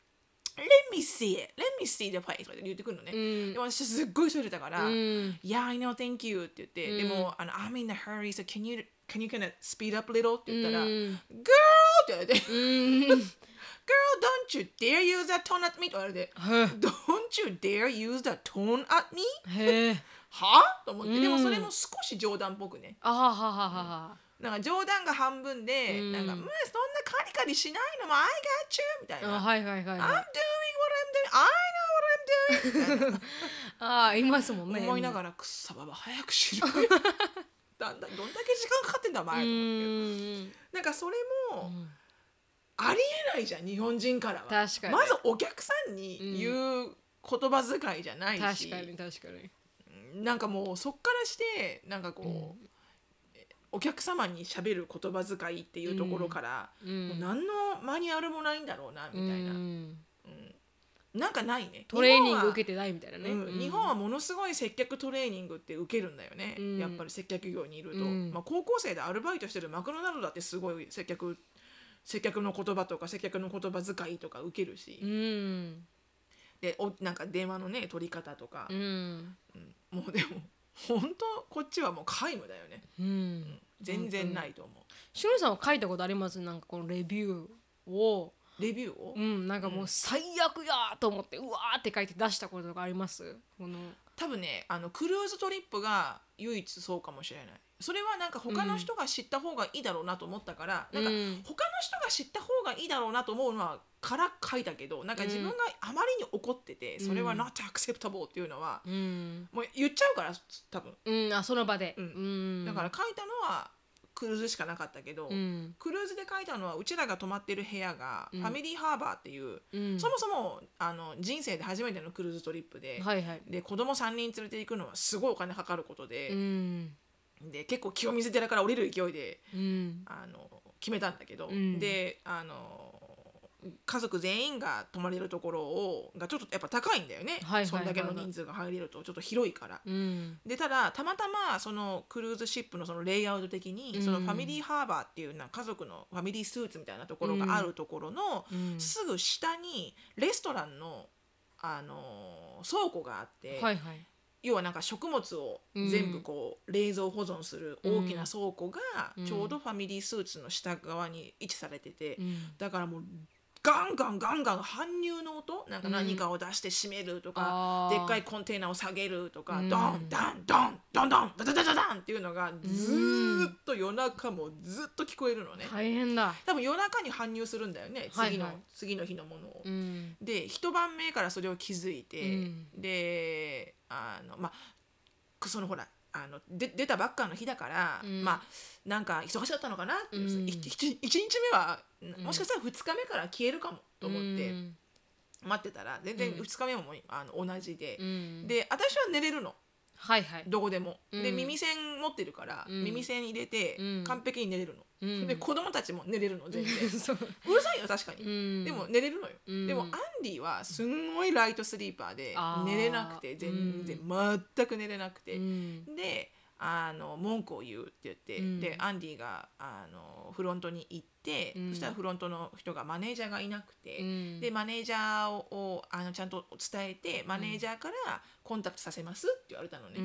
S2: Let me see it let me see the place」とか言ってくるのね、
S1: うん
S2: で私すっごいそれたから「
S1: うん
S2: Yeah I know thank you」って言って、
S1: うん
S2: でもあの「I'm in a hurry so can you can you kind of speed up little」って言ったら「
S1: う
S2: Girl!」
S1: ん
S2: って言われて「Girl
S1: うん
S2: don't you dare use that tone at me」って言われて「
S1: は
S2: Don't you dare use that tone at me?」
S1: あへえ
S2: はと思って、
S1: うん
S2: でもそれも少し冗談っぽくね
S1: あはははは
S2: なんか冗談が半分で、
S1: うん
S2: なんか、うん、そんなカリカリしないのも I got you みたい
S1: はあ
S2: な。
S1: はいはいはい
S2: I'm doing
S1: はい
S2: what I'm doing. I know what I'm doing. みたいな
S1: ああいますもんね
S2: 思いながら、くっさばば早く しろよ。だんだんどんだけ時間かかってんだお
S1: う
S2: 前と思って。
S1: ん
S2: なんかそれ
S1: う
S2: も
S1: ん
S2: ありえないじゃん日本人からは。
S1: 確かに
S2: まずお客さんに言う言葉遣いじゃない
S1: 確
S2: し、
S1: かに確かに
S2: なんかもうそっからしてなんかこう、お客様に喋る言葉遣いっていうところから。
S1: うん
S2: もう何のマニュアルもないんだろうなみたいな、
S1: う
S2: うん
S1: ん
S2: なんかないね
S1: トレーニング受
S2: け
S1: けてないみたいなね
S2: うん、日本はものすごい接客トレーニングって受けるんだよね、
S1: うん
S2: やっぱり接客業にいると、
S1: うん
S2: まあ、高校生でアルバイトしてるマクドナルドだってすごい接客接客の言葉とか接客の言葉遣いとか受けるし、
S1: うん
S2: でおなんか電話のね取り方とか
S1: う、ん
S2: うんもうでも本当こっちはもう皆無だよね
S1: うん
S2: 全然ないと思
S1: しのりさんは書いたことありますなんかこのレビューを
S2: うレビューを、
S1: うんなんかもう最悪やと思ってうわーって書いて出したこととかありますこの
S2: 多分ねあのクルーズトリップが唯一そうかもしれないそれはなんか他の人が知った方がいいだろうなと思ったから、
S1: うん
S2: なんか他の人が知った方がいいだろうなと思うのはから書いたけどなんか自分があまりに怒っててそれは
S1: うん
S2: not acceptable っていうのは、
S1: うん
S2: もう言っちゃうから多分
S1: うんあその場で
S2: うん
S1: うん
S2: だから書いたのはクルーズしかなかったけど、
S1: うん
S2: クルーズで書いたのはうちらが泊まってる部屋が
S1: う
S2: フ
S1: ん
S2: ァミリーハーバーっていう、
S1: うん
S2: そもそもあの人生で初めてのクルーズトリップで。
S1: はいはい
S2: で子供3人連れて行くのはすごいお金かかることで、
S1: うん
S2: で結構清水寺から降りる勢いで
S1: うん
S2: あの決めたんだけど、
S1: うん
S2: であの家族全員が泊まれるところをがちょっとやっぱ高いんだよね、
S1: はいはいはいはい
S2: そんだけの人数が入れるとちょっと広いから。
S1: うん
S2: でただたまたまそのクルーズシップのそのレイアウト的に、
S1: うん
S2: そのファミリーハーバーっていうなんか家族のファミリースーツみたいなところがあるところの、
S1: うん
S2: すぐ下にレストランの、あの倉庫があって、
S1: はいはい
S2: 要はなんか食物を全部こう冷蔵保存する大きな倉庫が
S1: うん
S2: ちょうどファミリースーツの下側に位置されてて
S1: うん
S2: だからもうガンガンガンガン搬入の音なんか
S1: うん
S2: 何かを出して閉めるとか、
S1: あー
S2: でっかいコンテナを下げるとか、
S1: うん
S2: ドンダンドンドンドンダダダダダンっていうのがずーっと夜中もずっと聞こえるのね、
S1: 大変だ
S2: 多分夜中に搬入するんだよね次の、
S1: はいはい
S2: 次の日のものを。
S1: うん
S2: で一晩目からそれを気づいて、
S1: うん
S2: であのまあそのほらあので出たばっかの日だから、
S1: うん
S2: まあなんか忙しだったのかなって、
S1: うん
S2: い一一日目は
S1: ん
S2: もしかしたら2日目から消えるかもと思って
S1: うん
S2: 待ってたら全然
S1: うん
S2: 2日目もあの同じで
S1: う、ん
S2: で私は寝れるの
S1: はいはい
S2: どこでも、で
S1: うん
S2: 耳栓持ってるから、
S1: うん
S2: 耳栓入れて、
S1: うん
S2: 完璧に寝れるの、
S1: うん
S2: で子供たちも寝れるの全然
S1: そう
S2: うるさいよ確かに、
S1: うん
S2: でも寝れるのよ、
S1: うん
S2: でもアンディはすんごいライトスリーパーで
S1: あー
S2: 寝れなくて全然、
S1: う
S2: 全く寝れなくて、
S1: うん
S2: であの文句を言うって言って、
S1: うん
S2: でアンディがあのフロントに行って、
S1: うん
S2: そしたらフロントの人がマネージャーがいなくて。
S1: うん
S2: でマネージャーををあのちゃんと伝えてマネージャーからコンタクトさせますって言われたの
S1: う
S2: ね、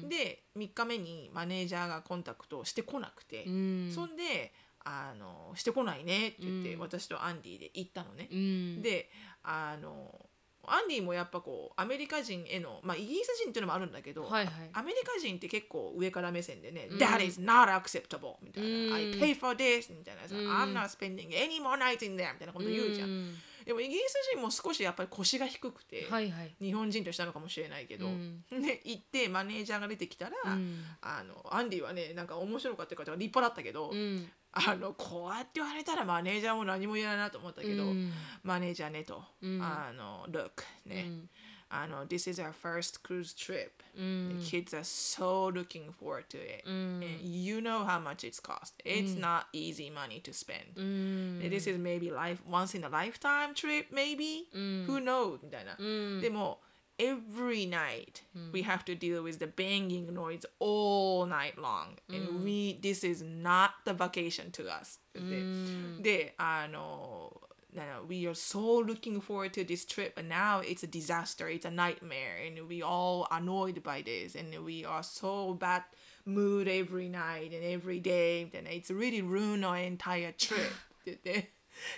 S1: ん
S2: で3日目にマネージャーがコンタクトをしてこなくて、
S1: うん
S2: そんであの「してこないね」って言って、
S1: うん
S2: 私とアンディで行ったのね
S1: う。ん
S2: であのアンディもやっぱこうアメリカ人への、まあ、イギリス人っていうのもあるんだけど、
S1: はいはい
S2: アメリカ人って結構上から目線でね「
S1: うん
S2: That is not acceptable」みたいな
S1: うん
S2: 「I pay for this」みたいなさ「
S1: うん
S2: I'm not spending any more nights in there」みたいなこと言うじゃん。
S1: ん
S2: でもイギリス人も少しやっぱり腰が低くて、
S1: はいはい
S2: 日本人としたのかもしれないけど、
S1: うん
S2: で行ってマネージャーが出てきたら、
S1: うん
S2: あのアンディはねなんか面白かったから立派だったけど、
S1: うん
S2: あのこうやって言われたらマネージャーも何も言えないなと思ったけど、
S1: うん
S2: マネージャーねと、
S1: うん
S2: あの Look ね、
S1: うん
S2: あの This is our first cruise trip、
S1: うん。
S2: The kids are so looking forward to it、
S1: うん。
S2: And you know how much it's cost
S1: Mm。
S2: it's not easy money to spend、
S1: うん。
S2: で This is maybe life once in a lifetime trip maybe、
S1: Mm。
S2: who knows みたいな、でも every night we have to deal with the banging noise all night long and we this is not the vacation to us ah, って言ってであのなんだ We are so looking forward to this trip, and now it's a disaster. It's a nightmare, and we all annoyed by this, and we are so bad mood every night and every day. And it's really ruined our entire trip. って言って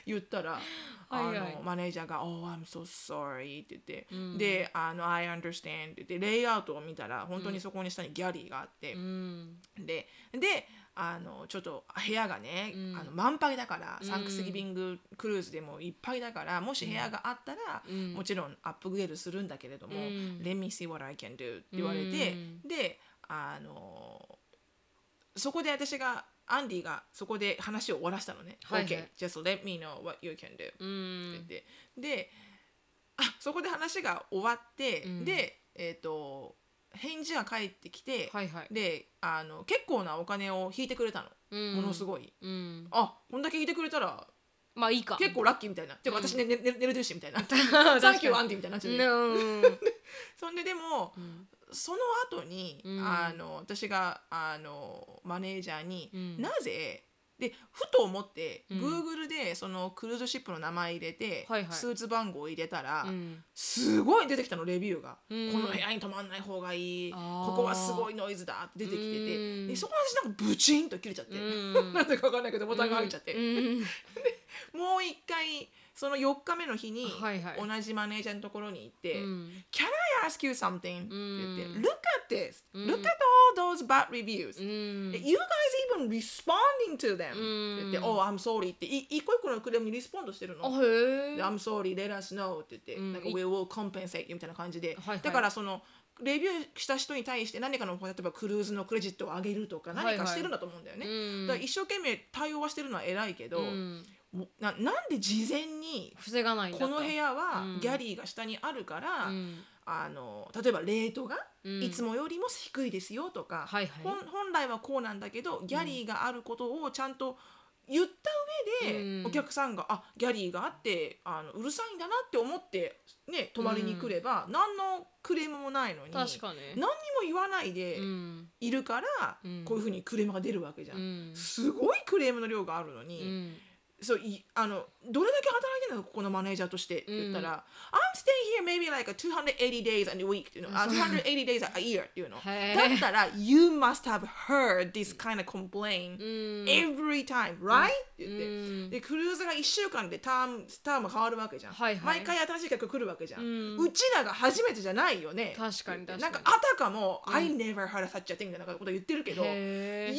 S2: 言ったら、あ
S1: はいはい
S2: のマネージャーが「Oh, I'm so sorry」って言って、であの「I understand」って言ってレイアウトを見たら本当にそこに下にギャリーがあって、
S1: うん。
S2: でであのちょっと部屋がね、あの満杯だから、サンクスギビングクルーズでもいっぱいだからもし部屋があったら、もちろんアップグレードするんだけれども「Let me see what I can do」って言われて、であのそこで私がアンディがそこで話を終わらせたのね「
S1: はいはい
S2: OK just let me know what you can do」
S1: うん。
S2: って言ってであそこで話が終わって、でえっ、と返事が返ってきて、
S1: はいはい。
S2: であの結構なお金を引いてくれたのものすごい、
S1: うん。
S2: あこんだけ引いてくれたら
S1: まあいいか。
S2: 結構ラッキーみたいな、てか私、ね寝寝寝れてるしみたい な
S1: かに
S2: サンキューアンディみたいになっちゃう
S1: うん。
S2: そんででも、
S1: ん
S2: その後に、
S1: うん
S2: あの私があのマネージャーに、
S1: うん
S2: なぜでふと思って、
S1: うん
S2: Google でそのクルーズシップの名前入れて、
S1: はいはい
S2: スーツ番号入れたら、
S1: うん。
S2: すごい出てきたのレビューが、
S1: うん
S2: この部屋に泊まんない方がいい
S1: あー
S2: ここはすごいノイズだって出てきてて、
S1: うん
S2: でそこの私なんかブチンと切れちゃって、
S1: うん
S2: なぜかわかんないけどボタンが入っちゃって、
S1: うん。
S2: もう一回その4日目の日に
S1: はいはい
S2: 同じマネージャーのところに行って「
S1: うん。
S2: Can I ask you something?」って言って「
S1: うん
S2: Look at this!
S1: うん
S2: Look at all those bad reviews!、
S1: うん。
S2: You guys even responding
S1: う
S2: to them!、
S1: ん
S2: って言って「Oh, I'm sorry!」ってい一個一個のクレームにリスポンドしてるの。
S1: あへえ
S2: で。I'm sorry, let us know って言って、
S1: ん
S2: なんか We will compensate you みたいな感じで、
S1: はいはい
S2: だからそのレビューした人に対して何かの例えばクルーズのクレジットを上げるとか
S1: はいは
S2: 何
S1: い
S2: かしてるんだと思うんだよね、
S1: うん
S2: だから一生懸命対応はしてるのは偉いけど、
S1: うん
S2: ななんで事前に
S1: 防がないんだ
S2: ことの部。屋は
S1: うん
S2: ギャリーが下にあるから、
S1: うん。
S2: あの例えばレートが
S1: うん
S2: いつもよりも低いですよとか、
S1: はいはい
S2: 本本来はこうなんだけどギャリーがあることをちゃんと言った上で、
S1: うん
S2: お客さんが「あギャリーがあってあのうるさいんだな」って思って、ね、泊まりに来れば、何のクレームもないのに
S1: 確かに。
S2: 何にも言わないで
S1: うん。
S2: いるから、
S1: うん
S2: こういうふうにクレームが出るわけじゃ。
S1: うんん。
S2: すごいクレームの量があるのに、
S1: うん。
S2: そういあのどれだけ働いてるのここのマネージャーとしてって言ったら、I'm staying here maybe like 280 days a week っていうの、あ280 days a year っていうの。だ
S1: へえ
S2: ったら、You must have heard this kind of complaint
S1: うん。
S2: every time, right?、って言って。
S1: うん
S2: でクルーズが1週間でタームターム変わるわけじゃん、
S1: はいはい
S2: 毎回新しい客来るわけじゃん、
S1: うん
S2: ちらが初めてじゃないよね
S1: 確かに確かに
S2: なんかあたかも、I never heard such a thing みたいなこと言ってるけど You
S1: へ
S2: must
S1: え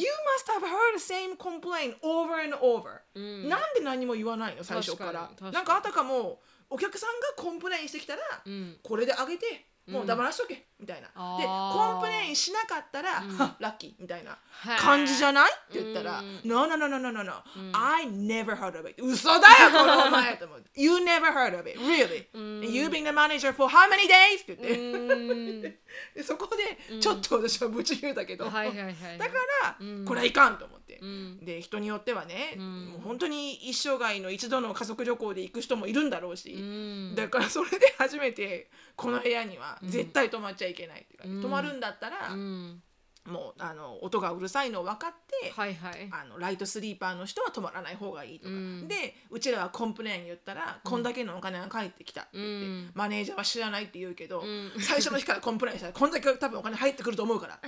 S2: have heard the same complaint over and over、
S1: うん
S2: なんで何も言わないの最初から
S1: 確かに確かに
S2: なんかあたかもお客さんがコンプレインしてきたら、
S1: うん。
S2: これであげてもう黙らしとけ、みたいなで
S1: あー
S2: コンプレインしなかったら、はラッキーみたいな
S1: へー
S2: 感じじゃないって言ったら
S1: う
S2: 「No no no no no no no、
S1: ん
S2: I never heard of it 嘘だよこのお前」と思って「You never heard of it really、
S1: ん
S2: you been the manager for how many days?」って言って、
S1: うん。
S2: でそこでちょっと私はぶち言うだけど、
S1: はいはいはい。
S2: だから、これはいかんと思って、
S1: ん
S2: で人によってはね、
S1: ん
S2: もう本当に一生涯の一度の家族旅行で行く人もいるんだろうし、
S1: うん。
S2: だからそれで初めてこの部屋には絶対泊まっちゃいけないっていうか、泊まるんだったら、
S1: うん。
S2: もうあの音がうるさいのを分かって、
S1: はいはい。
S2: あのライトスリーパーの人は泊まらない方がいいとか、
S1: うん
S2: でうちらはコンプレイン言ったら、こんだけのお金が返ってきたって言って、
S1: うん
S2: マネージャーは知らないって言うけど、
S1: ん
S2: 最初の日からコンプレインしたらこんだけ多分お金入ってくると思うから。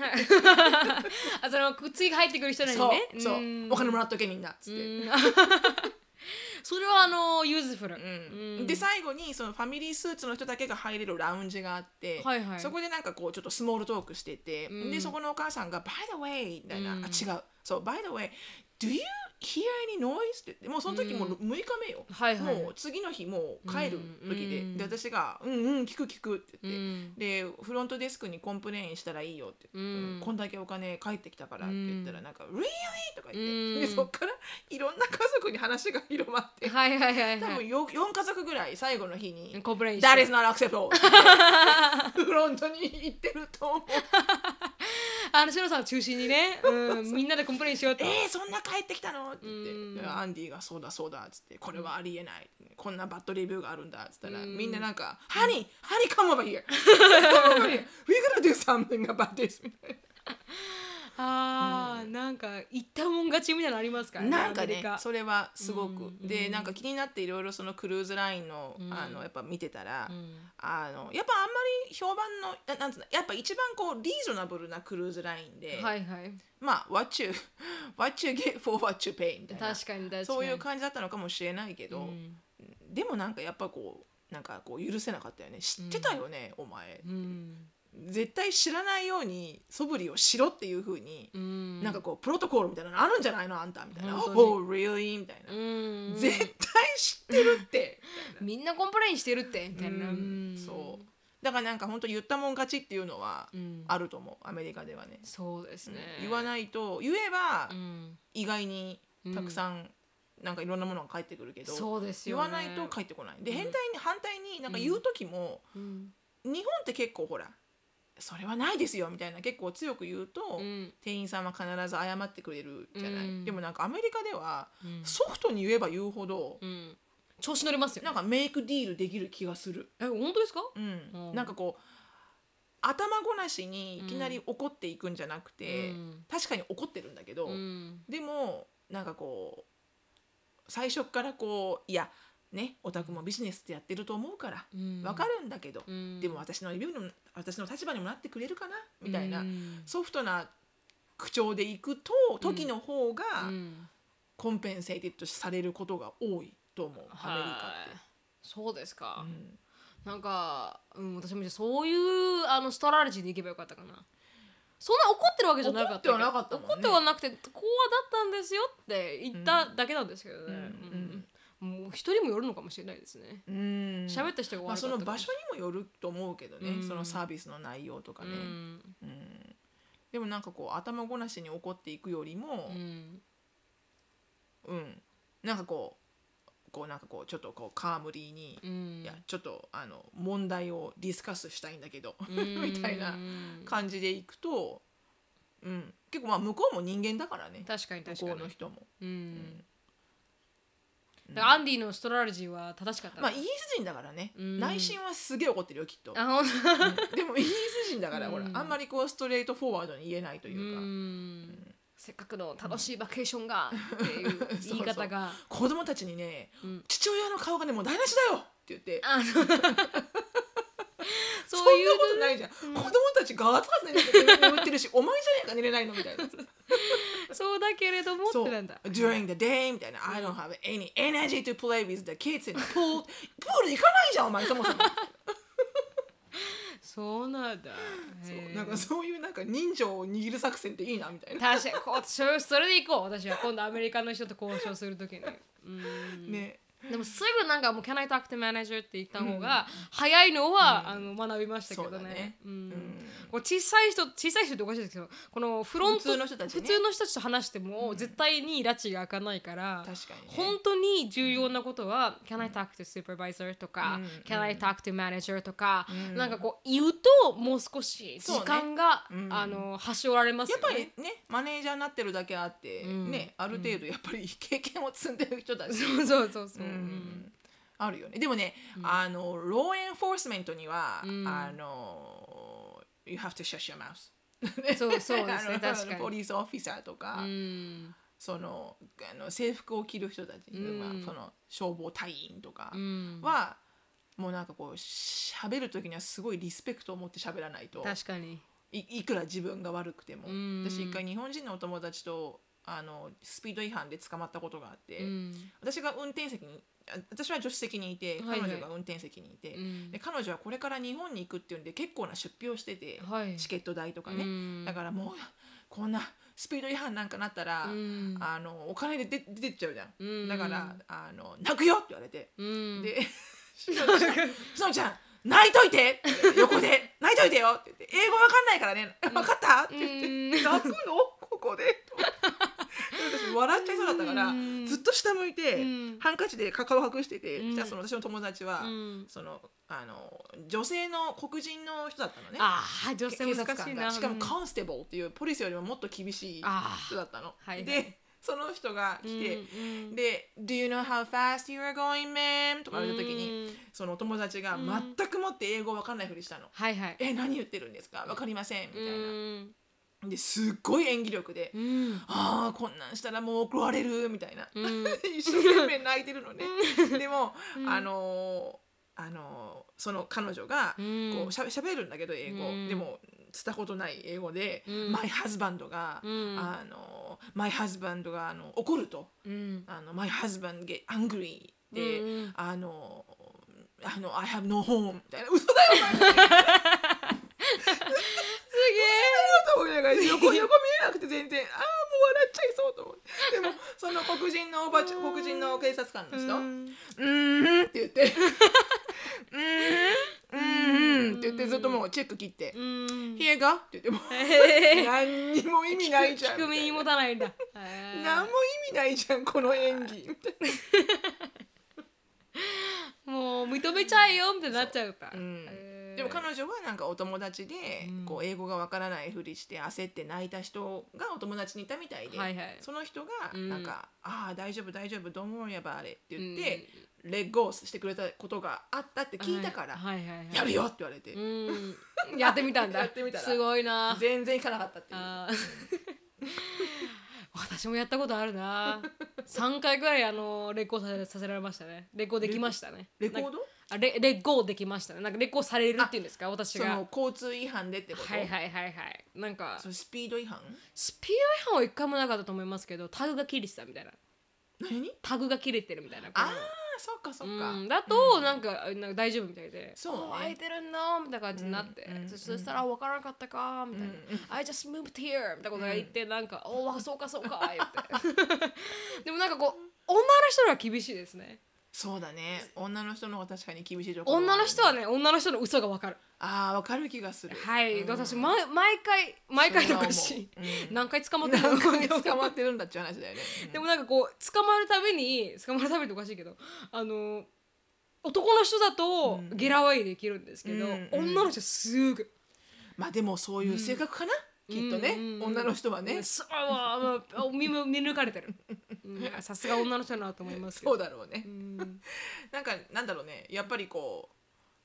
S1: あその次入ってくる人らに
S2: そう
S1: ね。、
S2: そう、
S1: ん
S2: お金もらっとけみんなっつって、
S1: それはあのユーズフル。
S2: うんで最後にそのファミリースーツの人だけが入れるラウンジがあって、
S1: はいはい
S2: そこでなんかこうちょっとスモールトークしてて、
S1: うん
S2: でそこのお母さんが「By the way」みたいな、
S1: うん
S2: あ違うそう「By the way do you 気合にノイズってもうその時もう6日目よ、
S1: はいはいはい
S2: もう次の日もう帰る時で,、
S1: うん
S2: で私が「うんうん聞く聞く」って言って、
S1: ん
S2: でフロントデスクにコンプレインしたらいいよって、
S1: うん
S2: こんだけお金返ってきたからって言ったらなんか「Really?」とか言って、
S1: うん
S2: でそっからいろんな家族に話が広まって、
S1: はいはいはい
S2: 多
S1: は
S2: 分
S1: い
S2: よ4家族ぐらい最後の日に
S1: コンプレイ
S2: 「
S1: ン
S2: That is not acceptable」フロントに行ってると思う
S1: あのシロさんを中心にね、うん、みんなでコンプレインしようと
S2: えー、そんな帰ってきたの?」って言って、
S1: うん
S2: アンディが「そうだそうだ」っつって「これはありえない」こんなバッドレビューがあるんだ」っつったら、
S1: うん
S2: みんななんか「ハニーハニー come over here! Come over here! We're gonna do something about this!」みたい
S1: あー、なんか言ったもん勝ちみたいなのありますから
S2: ななんか
S1: アメ
S2: ね
S1: リカ
S2: それはすごく、
S1: うん
S2: でなんか気になっていろいろそのクルーズラインの,、
S1: うん
S2: あのやっぱ見てたら、
S1: うん
S2: あのやっぱあんまり評判のななんつうのやっぱ一番こうリーズナブルなクルーズラインで、
S1: はいはい
S2: まあ「what you, what you get for what you pay」みたいな
S1: 確かに確かに
S2: そういう感じだったのかもしれないけど、
S1: うん
S2: でもなんかやっぱこうなんかこう許せなかったよね知ってたよね、お前
S1: うん
S2: 絶対知らないように素振りをしろっていうふうに、
S1: うん
S2: なんかこうプロトコルみたいなのあるんじゃないのあんたみたいな「
S1: 本当に
S2: Oh really?」みたいな、
S1: うん
S2: 絶対知ってる って、
S1: みんなコンプレインしてるってみたいな、
S2: うんそうだからなんか本当言ったもん勝ちっていうのは
S1: うん
S2: あると思うアメリカではね
S1: そうですね、
S2: 言わ
S1: い、
S2: ないと言えば
S1: うん、
S2: 意外にたくさんなんかいろんなものが返ってくるけど、
S1: そうです
S2: 言
S1: よ、ね、
S2: わないと返ってこないで
S1: うん
S2: 変態に反対になんか言う時も、
S1: うん
S2: 日本って結構ほらそれはないですよみたいな結構強く言うと、
S1: うん
S2: 店員さんは必ず謝ってくれるじゃない、
S1: うん
S2: でもなんかアメリカでは
S1: うん
S2: ソフトに言えば言うほど、
S1: うん、調子乗りますよ、ね、
S2: なんかメイクディールできる気がする、
S1: え本当ですか
S2: うん
S1: うん
S2: なんかこう頭ごなしにいきなり怒っていくんじゃなくて、
S1: うん
S2: 確かに怒ってるんだけど、
S1: うん
S2: でもなんかこう最初っからこういやねオタクもビジネスってやってると思うから
S1: うん、
S2: わかるんだけど、
S1: うん
S2: でも私の指にも私の立場にもなってくれるかなみたいな、
S1: うん
S2: ソフトな口調でいくと時の方が
S1: うん
S2: コンペンセイテッドされることが多いと思う、アメリ
S1: はいそうです
S2: カ
S1: か
S2: っ、て、うん
S1: なんか、うん、私もそういうあのストラテジーでいけばよかったかなそんな怒ってるわけじゃなかったけど
S2: 怒ってはなかったもんね
S1: 怒ってはなくてこうはだったんですよって言っただけなんですけどね、うんもう一人もよるのかもしれないですね
S2: うん
S1: 喋、った人が悪
S2: ま
S1: か
S2: あ、
S1: った
S2: そ
S1: か
S2: の
S1: も
S2: 場所にもよると思うけどね、
S1: うん
S2: そのサービスの内容とかね、うんでもなんかこう頭ごなしに怒っていくよりも
S1: うん、うん
S2: うんなんかこうこうなんかこうちょっとこうカームリーに、
S1: うん
S2: いやちょっとあの問題をディスカスしたいんだけど、
S1: うん
S2: みたいな感じでいくと、うん、結構まあ向こうも人間だからね
S1: 確かに
S2: 向
S1: 確
S2: こ
S1: か
S2: う
S1: に
S2: の人も、
S1: う、
S2: うんん
S1: だからアンディのストラテジーは正しかった
S2: まあ
S1: な
S2: イギリス人だからね、
S1: うん
S2: 内心はすげえ怒ってるよきっと、
S1: あほんと
S2: うん でもイギリス人だから、
S1: うん
S2: ほらあんまりこうストレートフォワードに言えないというか、
S1: うんせっかくの楽しいバケーション がっていう言い方が
S2: 子供たちにね、
S1: うん
S2: 父親の顔がねもう台無しだよって言って。
S1: あの
S2: そ
S1: そうい
S2: ん
S1: う
S2: なことないじゃん、子供たちガツガツ寝てて眠ってるしお前じゃねえか寝れないのみた いな
S1: そうだけれどもってなんだ
S2: During the day みたいな、I don't have any energy to play with the kids in the pool プール行かないじゃんお前そもそも
S1: そうなんだ
S2: そ
S1: へ
S2: う
S1: え
S2: なんかそういうなんか人情を握る作戦っていいなみたいな、
S1: 確かにこうそれそれでいこう私は今度アメリカの人と交渉するときにうん
S2: ね
S1: でもすぐなんかもう「Can I talk to manager?」って言った方が早いのは、あの学びましたけど
S2: そうだ
S1: ね
S2: ね。
S1: う
S2: うんん
S1: こう小さい人小さい人っておかしいですけどこのフロント
S2: 普通の人たちね
S1: 普通の人たちと話しても絶対に拉致が開かないから
S2: 確かにね
S1: 本当に重要なことは「Can I talk to supervisor?」とか
S2: うん
S1: 「Can I talk to manager?」とか
S2: うん
S1: なんかこう言うともう少し
S2: そう
S1: 時
S2: ね
S1: 間が
S2: うん
S1: あの端折られます
S2: や
S1: よ
S2: っぱ
S1: ね。
S2: りねマネージャーになってるだけあって、
S1: うん
S2: ねある程度やっぱり経験を積んでる人たち、
S1: そうそうそうそうう。うん
S2: んあるよねでもね、あのローエンフォースメントには、
S1: うん
S2: あの You have to shut your mouth
S1: そう そうですね
S2: あの
S1: 確かに
S2: ポリスオフィサーとか、
S1: うん
S2: そのあの制服を着る人たち、
S1: うん
S2: まあ、その消防隊員とか
S1: うん
S2: は、もうなんかこう喋る時にはすごいリスペクトを持って喋らないと
S1: 確かに。
S2: いいくら自分が悪くても、
S1: うん
S2: 私一回日本人のお友達とあのスピード違反で捕まったことがあって、
S1: うん
S2: 私が運転席にあ私は助手席にいて
S1: はい
S2: 彼
S1: はい
S2: 女が運転席にいて、
S1: うん
S2: で彼女はこれから日本に行くっていうんで結構な出費をしてて、
S1: はい
S2: チケット代とかね、
S1: うん
S2: だからもうこんなスピード違反なんかなったら、
S1: うん
S2: あのお金で出出てっちゃうじゃん、
S1: うん
S2: だからあの「泣くよ!」って言われて、
S1: うん
S2: で「しのちゃんしのちゃん泣いといて!」横で「泣いといてよ!」って言って「英語わかんないからね分かった?」って言っ
S1: う
S2: て「
S1: ん
S2: 泣くのここで?」と思って私笑っちゃいそうだったから、
S1: うん
S2: ずっと下向いて、
S1: うん
S2: ハンカチで顔を隠してて、
S1: うん
S2: じゃあその私の友達は、
S1: うん
S2: そのあの女性の黒人の人だったのね。
S1: ああ女性
S2: 警
S1: 難
S2: 察
S1: しい
S2: 官
S1: な
S2: がしかも
S1: うん
S2: コンステーブルっていうポリスよりももっと厳しい
S1: あー
S2: 人だったの。
S1: はいはい
S2: でその人が来て、
S1: うんうん
S2: で「Do you know how fast you are going, ma'am?」とか言った時に、
S1: うん
S2: そのお友達が
S1: ん
S2: 全くもって英語わかんないふりしたの。
S1: はいはい
S2: え何言ってるんですかわかりませんみたい
S1: うん
S2: な。ですっごい演技力で
S1: うん
S2: 「ああこんなんしたらもう怒られる」みたいな。
S1: うん
S2: 一生懸命泣いてるのね。でも、あのーあのーその彼女が
S1: うん
S2: こうしゃべ喋るんだけど英語、
S1: うん
S2: でもしたことない英語で、
S1: うん
S2: マイハズバンドが、
S1: うん
S2: あのーマイハズバンドがあの怒ると
S1: うん
S2: あのマイハズバンド get angry で、
S1: うんうん
S2: あのーあの I have no home みたいな嘘だよ お前
S1: すげえ
S2: と思いながら横横見えなくて全然ああもう笑っちゃいそうと思ってでもその黒人のおばちゃん黒人の警察官の人、うーんって言って、 うーん、うーんって言ってずっともうチェック切って、
S1: うん
S2: 冷えがって言ってもう
S1: へー
S2: 何にも意味ないじゃん。
S1: 聞く耳持たないんだ
S2: 何も意味ないじゃんこの演技。
S1: もう認めちゃえよってなっちゃうか
S2: うん
S1: へー
S2: でも彼女はなんかお友達で
S1: うん
S2: こう英語がわからないふりして焦って泣いた人がお友達にいたみたいで
S1: はいはい
S2: その人が
S1: うん
S2: なんか「ああ大丈夫大丈夫 don't worry about it」って言ってレッグオースしてくれたことがあったって聞いたから
S1: はいはいはい
S2: 「
S1: はい
S2: やるよ!」って言われて
S1: うんやってみたんだ
S2: やってみたら
S1: すごいな
S2: 全然いかなかったっていう。
S1: あー 私もやったことあるな3回ぐらいあのレコーさせさせられましたねレコーできましたね
S2: レコー
S1: なんか
S2: ド
S1: あレレコーできましたねなんかレコーされるっていうんですか私
S2: そ
S1: が
S2: の交通違反でってこと、
S1: はいはいはいはいなんか
S2: そのスピード違反
S1: スピード違反は一回もなかったと思いますけどタグが切れてたみたいな
S2: 何に
S1: タグが切れてるみたいなこの
S2: ああそっかそっか、
S1: うん、だと、なんかなんか大丈夫みたいで
S2: そうね
S1: あ開いてるなみたいな感じになって、
S2: うんうん
S1: そそしたら分からなかったかみたいな「I just moved here」みたいなことが言って、なんか「おおそうかそう か」言ってでもなんかこう女の人は厳しいですね
S2: そうだね女の人の方が確かに厳しい状況
S1: 女の人はね女の人の嘘が分かる
S2: ああわかる気がする
S1: はい、私毎毎回毎回とかし、
S2: それは思ううん
S1: 何回捕まってるの
S2: 何
S1: か
S2: 回捕まってるんだっていう話だよね、
S1: でもなんかこう捕まるために捕まるためにおかしいけどあの男の人だとゲラワイできるんですけど、
S2: うん
S1: 女の人すぐ
S2: うん まあでもそういう性格かな、きっとね、
S1: うんうんうん
S2: 女の人はね、
S1: ねそうあの見む見抜かれてるうんさすが女の人だなと思いますけ
S2: そ
S1: ど
S2: うだろうね、
S1: うん
S2: なんかなんだろうねやっぱりこ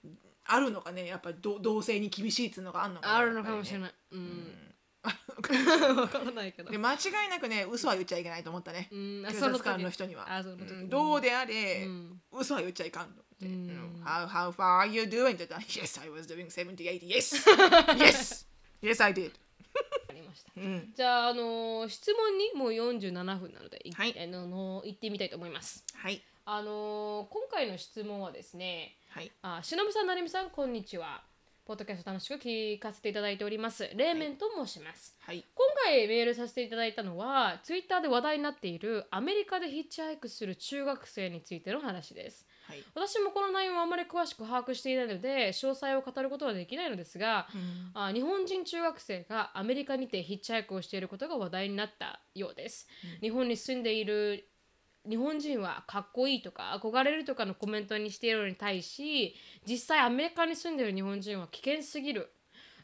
S2: うあるのかねやっぱり同同性に厳しいっつうのがあるのかな
S1: あるのかもしれ
S2: い、
S1: ない、うん、
S2: やっぱりね
S1: 分からないけど
S2: で間違いなくね嘘は言っちゃいけないと思ったね、
S1: うんあ
S2: 警
S1: その
S2: 察
S1: 時
S2: 官の人には
S1: あその時
S2: うんどうであれ、
S1: うん
S2: 嘘は言っちゃいかんのって、
S1: うん
S2: うん how, how far are you doing? って言ったら Yes, I was doing 70, 80 Yes! yes! Yes, I did
S1: ありました
S2: うん、
S1: じゃあ、あのー質問にもう47分なので、い
S2: はい
S1: あのー行ってみたいと思います。
S2: はい
S1: あのー今回の質問はですね、
S2: はい
S1: あしのぶさん、なるみさん、こんにちは。ポッドキャスト楽しく聞かせていただいております。冷麺と申します。
S2: はい
S1: 今回メールさせていただいたのはツイッターで話題になっているアメリカでヒッチハイクする中学生についての話です
S2: はい
S1: 私もこの内容はあまり詳しく把握していないので詳細を語ることはできないのですが、
S2: うん
S1: あ日本人中学生がアメリカにてヒッチハイクをしていることが話題になったようです、日本に住んでいる日本人はかっこいいとか憧れるとかのコメントにしているのに対し実際アメリカに住んでいる日本人は危険すぎる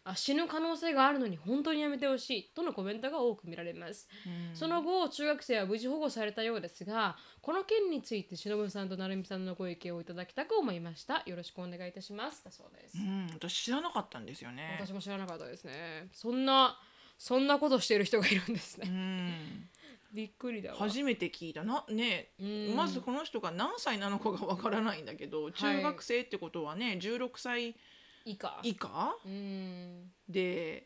S1: あ死ぬ可能性があるのに本当にやめてほしいとのコメントが多く見られます、その後中学生は無事保護されたようですがこの件についてしのぶさんとなるみさんのご意見をいただきたく思いましたよろしくお願いいたしますだそうです、
S2: うん、私知らなかったんですよね
S1: 私も知らなかったですねそんなそんなことしてる人がいるんです
S2: う
S1: ね
S2: ん、
S1: びっくりだわ
S2: 初めて聞いたなね
S1: うん
S2: まずこの人が何歳なのかがわからないんだけど中学生ってことはね16歳
S1: いいか
S2: 以下
S1: うん
S2: で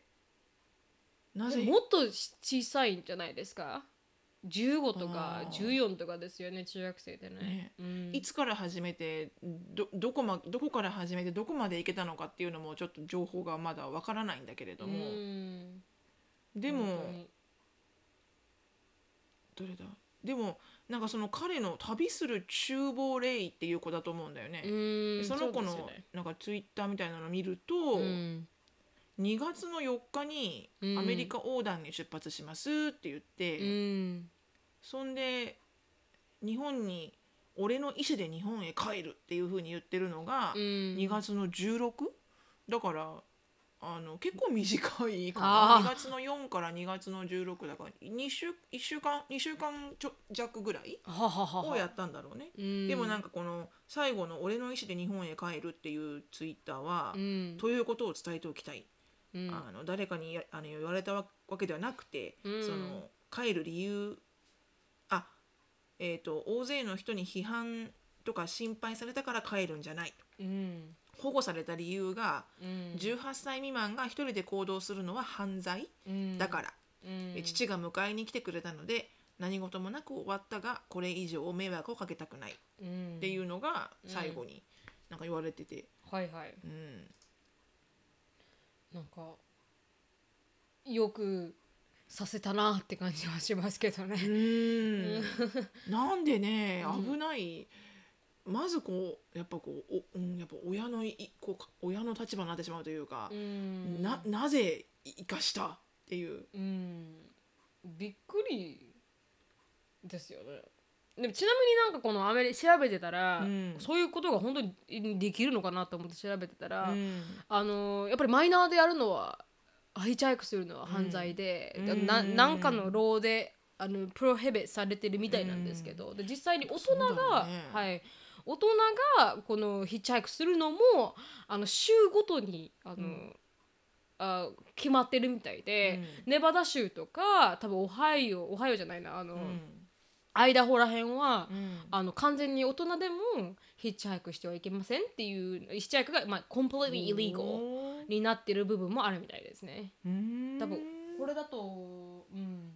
S2: な
S1: で
S2: ぜ
S1: ももっとし小さいんじゃないですか15とか
S2: あー
S1: 14とかですよね中学生でね
S2: ね
S1: うん、
S2: いつから始めてどどこ、ま、どこから始めてどこまで行けたのかっていうのもちょっと情報がまだわからないんだけれども、
S1: うん
S2: でも
S1: 本
S2: どれだでもなんかその彼の旅する厨房レイっていう子だと思うんだよね、
S1: うーん
S2: でその子の
S1: うですよね
S2: なんかツイッターみたいなの見ると、
S1: うん
S2: 2月の4日に
S1: うん
S2: アメリカ横断に出発しますって言って、
S1: うん
S2: そんで日本に「俺の意思で日本へ帰る」っていうふうに言ってるのが
S1: うん
S2: 2月の 16? だからあの結構短いか
S1: あ
S2: な
S1: ー
S2: 2月の4から2月の16だから2週1週間2週間ちょ弱ぐらい
S1: はははは
S2: をやったんだろうね。
S1: うん
S2: でもなんかこの最後の「俺の意思で日本へ帰る」っていうツイッターは、
S1: うん
S2: ということを伝えておきたい
S1: うん
S2: あの誰かにやあの言われたわわけではなくて、
S1: うん
S2: その帰る理由あえっ、と大勢の人に批判とか心配されたから帰るんじゃない
S1: うん
S2: 保護された理由が
S1: うん
S2: 18歳未満が一人で行動するのは犯罪
S1: うん
S2: だから、
S1: うん
S2: え父が迎えに来てくれたので何事もなく終わったがこれ以上迷惑をかけたくないっ
S1: って
S2: いううのが
S1: うん
S2: 最後になんか言われてて、
S1: んはいはい
S2: うん
S1: なんかよくさせたなって感じはしますけどね
S2: うーんなんでね
S1: うん
S2: 危ない、まずこうやっぱこうお、うん、やっぱ親のいこうか親の立場になってしまうというか
S1: う、ん
S2: ななぜ生かしたっていう
S1: うんびっくりですよねでもちなみになんかこのアメリ調べてたら、
S2: うん
S1: そういうことが本当にできるのかなと思って調べてたら、
S2: うん
S1: あのやっぱりマイナーでやるのはハイチャイクするのは犯罪で、
S2: うん
S1: な
S2: うん
S1: なんかのローであのプロヘベされてるみたいなんですけど、で実際に大人
S2: そうだろ
S1: が、
S2: うね
S1: はい大人がこのヒッチハイクするのもあの州ごとにあの、
S2: うん
S1: あ決まってるみたいで、ネバダ州とか多分オハイオオハイオじゃないなあの、
S2: うん
S1: アイダホらへんは、
S2: うん
S1: あの完全に大人でもヒッチハイクしてはいけませんっていうヒッチハイクが、まあ、コンプ l ー t e l y illegal
S2: おー
S1: になってる部分もあるみたいですね。
S2: うーん
S1: 多分これだと、うん、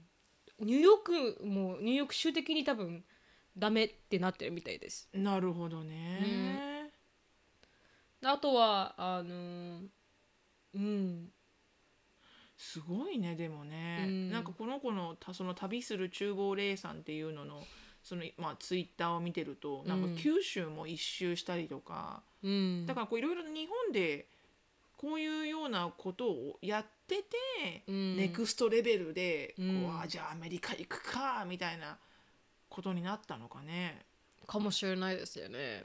S1: ニューヨークもニューヨーク州的に多分ダメってなってるみたいです。
S2: なるほどね、
S1: あとはあのーうん
S2: すごいねでもね、
S1: うん
S2: なんかこの子のたその旅する厨房レイさんっていうののそのまあツイッターを見てるとなんか
S1: うん
S2: 九州も一周したりとか、
S1: うん
S2: だからこういろいろ日本でこういうようなことをやってて、
S1: うん
S2: ネクストレベルでこう、
S1: うん
S2: あじゃあアメリカ行くかみたいなことになったのかね。
S1: かもしれないですよね。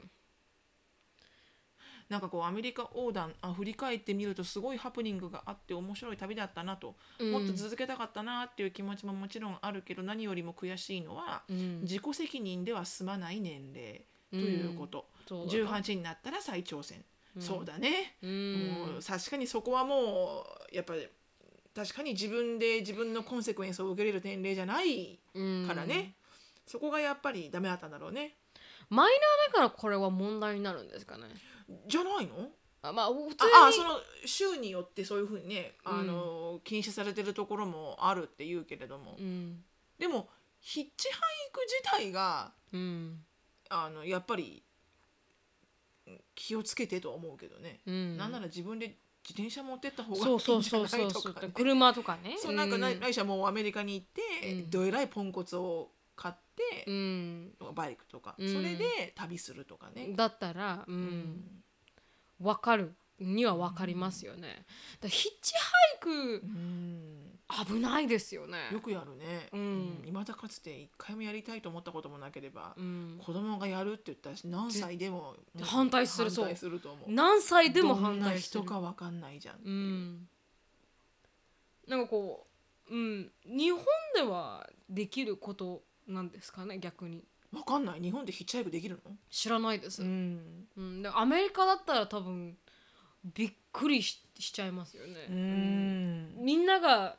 S2: なんかこうアメリカ横断あ振り返ってみるとすごいハプニングがあって面白い旅だったなと、
S1: うん
S2: もっと続けたかったなっていう気持ちももちろんあるけど何よりも悔しいのは、
S1: うん
S2: 自己責任では済まない年齢ということ、
S1: そうだな
S2: 18になったら再挑戦、
S1: うん
S2: そうだね
S1: うん
S2: もう確かにそこはもうやっぱり確かに自分で自分のコンセクエンスを受けれる年齢じゃないからね、そこがやっぱりダメだったんだろうね
S1: うんマイナーだからこれは問題になるんですかね
S2: じゃないの
S1: あまあ普通に
S2: ああその州によってそういうふうにねあの、禁止されてるところもあるっていうけれども、
S1: うん
S2: でもヒッチハイク自体が
S1: うん
S2: あのやっぱりうん気をつけてとは思うけどね、
S1: うん
S2: なんなら自分で自転車持ってった方がいい
S1: そ
S2: ん
S1: うそう
S2: じゃ
S1: そう
S2: な
S1: そ
S2: いうと
S1: そう
S2: かね
S1: 車とかね
S2: そうなんか
S1: うん
S2: な来社もうアメリカに行って、
S1: うん
S2: どえらいポンコツを買って
S1: う、ん
S2: バイクとか、
S1: うん
S2: それで旅するとかね。
S1: だったらう
S2: うん
S1: わかるにはわかりますよねだヒッチハイク
S2: うん
S1: 危ないですよね
S2: よくやるね、
S1: うん
S2: いまだかつて一回もやりたいと思ったこともなければ、
S1: うん
S2: 子供がやるって言ったら何歳でも
S1: ぜ反対するそう
S2: 反対すると思う
S1: 何歳でも
S2: ど
S1: 反
S2: んな
S1: 対して
S2: 人
S1: る
S2: かわかんないじゃんって
S1: う、
S2: いうん
S1: なんかこう、うん、日本ではできることなんですかね逆に
S2: わかんない日本でヒッチハイクできるの
S1: 知らないです、うん
S2: ん
S1: でアメリカだったら多分びっくりししちゃいますよね、
S2: うーん
S1: みんなが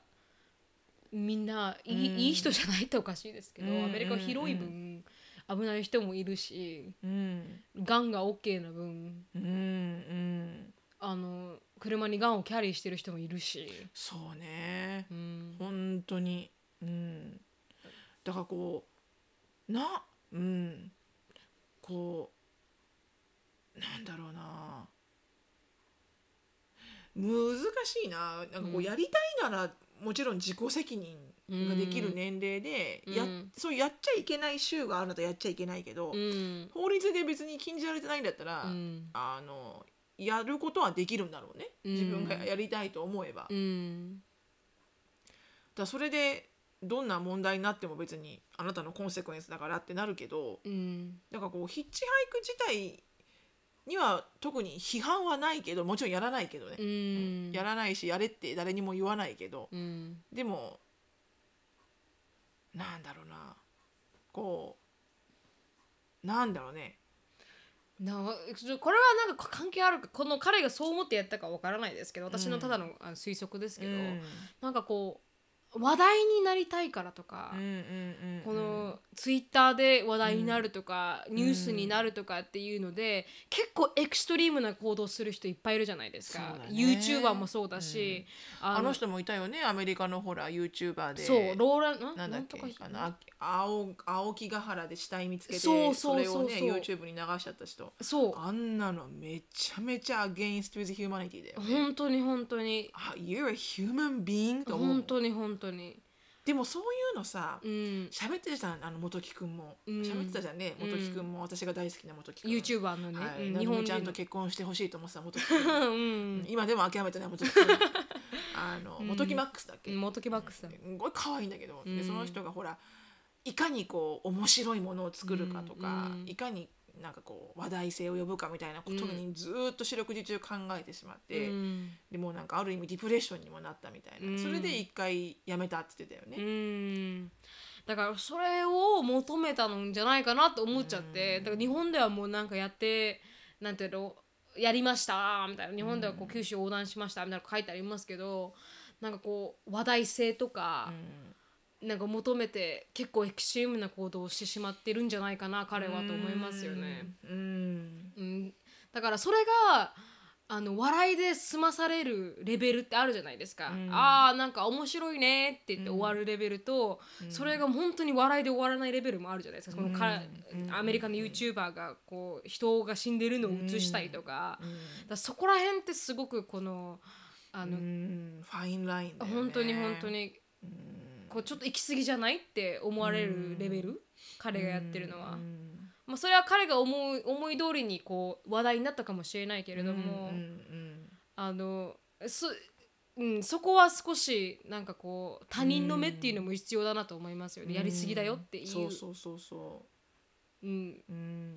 S1: みんないい,、
S2: うん
S1: いい人じゃないっておかしいですけど、
S2: うん
S1: アメリカは広い分、
S2: う
S1: 危ない人もいるし
S2: うん
S1: がんが OK な分
S2: うんうん
S1: あの車にがんをキャリーしてる人もいるし、
S2: そうね
S1: うん
S2: 本当にうんだからこうなうんこうなんだろうな難しいななんか
S1: う
S2: こうんやりたいならもちろん自己責任ができる年齢で、
S1: うん
S2: や
S1: うん
S2: そうやっちゃいけない週があるのとやっちゃいけないけど、
S1: うん
S2: 法律で別に禁じられてないんだったら、
S1: うん
S2: あのやることはできるんだろうね
S1: うん
S2: 自分がやりたいと思えば、
S1: う
S2: だか
S1: ん
S2: らそれでどんな問題になっても別にあなたのコンセクエンスだからってなるけど
S1: うん
S2: だからこうヒッチハイク自体には特に批判はないけどもちろんやらないけどね
S1: う、ん
S2: やらないしやれって誰にも言わないけど、
S1: うん
S2: でもなんだろうなこうなんだろうね
S1: なこれはなんか関係あるかこの彼がそう思ってやったかわからないですけど私のただのあの推測ですけど、なんかこう話題になりたいからとか、このツイッターで話題になるとか、ニュースになるとかっていうので結構エクストリームな行動する人いっぱいいるじゃないですか、
S2: そうだね
S1: YouTuber もそうだし、
S2: あの人もいたよねアメリカのほら YouTuber で
S1: そうローラな
S2: なんだっ
S1: と
S2: け
S1: か
S2: あのあ青青木ヶ原で死体見つけて
S1: そう
S2: そ
S1: そう
S2: れ
S1: そ
S2: を
S1: う
S2: ね
S1: そう
S2: YouTube に流しちゃった人
S1: そう
S2: あんなのめちゃめちゃ against with humanity だよね
S1: 本当に本当に
S2: あ You're a human being と思うも
S1: 本
S2: ん
S1: 当に本当に
S2: でもそういうのさ
S1: うん
S2: 喋ってたじゃんあの元木くんも
S1: うん
S2: 喋ってたじゃんね
S1: うん
S2: 元木くんも私が大好きな元木くん
S1: YouTuber のね、
S2: はい、
S1: うん
S2: 日
S1: 日
S2: 本
S1: 本
S2: ちゃ
S1: 人
S2: んと
S1: の
S2: 結婚してほしいと思ってた元木 君
S1: うん
S2: 今でも諦めてない 元木君あの元木マックスだっけ、
S1: うん元木バックスさん
S2: すごい可愛いんだけど、
S1: うん
S2: でその人がほらいかにこう面白いものを作るかとか、
S1: うん
S2: いかになんかこう話題性を呼ぶかみたいなことにずーっと四六時中考えてしまって、
S1: うん
S2: でもうなんかある意味ディプレッションにもなったみたいな、
S1: うん
S2: それで一回やめたって言ってたよ
S1: う
S2: ね。
S1: んだからそれを求めたんじゃないかなと思っちゃって、
S2: うん
S1: だから日本ではもうなんかやってなんていうのやりましたみたいな日本ではこ
S2: う
S1: うん九州横断しましたみたいなの書いてありますけどなんかこう話題性とか、なんか求めて結構エクストリームな行動をしてしまってるんじゃないかな彼はと思いますよね。
S2: うん。
S1: うん、だからそれがあの笑いで済まされるレベルってあるじゃないですか、
S2: うん
S1: あーなんか面白いねって言って終わるレベルと、
S2: うん
S1: それが本当に笑いで終わらないレベルもあるじゃないですか、このか
S2: うん
S1: アメリカの YouTuber がこう人が死んでるのを映したりとか,、
S2: うん
S1: そこら辺ってすごくこのあ
S2: う
S1: の、
S2: んファインラインだよね。
S1: 本当に本当に
S2: うん
S1: こうちょっと行き過ぎじゃないって思われるレベル、彼がやってるのは。
S2: うん
S1: まあ、それは彼が思う思い通りにこう話題になったかもしれないけれども、
S2: うんうん
S1: あのそ,、うん、そこは少しなんかこう他人の目っていうのも必要だなと思いますよ
S2: うん
S1: ね、やりすぎだよっていう。
S2: そうそうそうそ
S1: うん
S2: ううん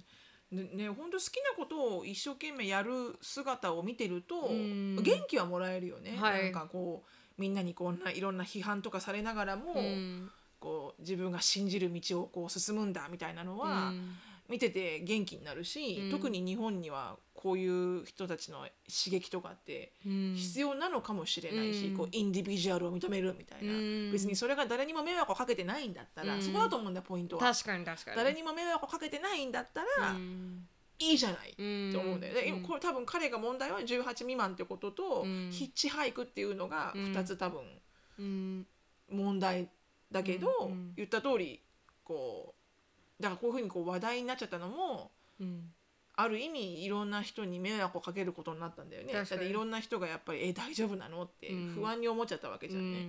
S2: ねね本当好きなことを一生懸命やる姿を見てると
S1: うん
S2: 元気はもらえるよね、
S1: はい
S2: なんかこうみんなにこんないろんな批判とかされながらも、
S1: うん
S2: こう自分が信じる道をこう進むんだみたいなのは
S1: うん
S2: 見てて元気になるし、
S1: うん
S2: 特に日本にはこういう人たちの刺激とかって
S1: うん
S2: 必要なのかもしれないし、
S1: うん
S2: こうインディビジュアルを認めるみたいな、
S1: うん
S2: 別にそれが誰にも迷惑をかけてないんだったら、
S1: うん
S2: そこだと思うんだポイントは。
S1: 確かに確かに。
S2: 誰にも迷惑をかけてないんだったら、
S1: うん
S2: いいじゃないって
S1: うん
S2: 思うんだよね、で今これ多分彼が問題は18未満ってことと、
S1: うん
S2: ヒッチハイクっていうのが2つ多分
S1: うん
S2: 問題だけど、
S1: うんうん
S2: 言った通りこうだからこういうふうにこう話題になっちゃったのも
S1: うん
S2: ある意味いろんな人に迷惑をかけることになったんだよねだっ
S1: 確かに
S2: ていろんな人がやっぱり「え大丈夫なの?」って
S1: うん
S2: 不安に思っちゃったわけじゃんね、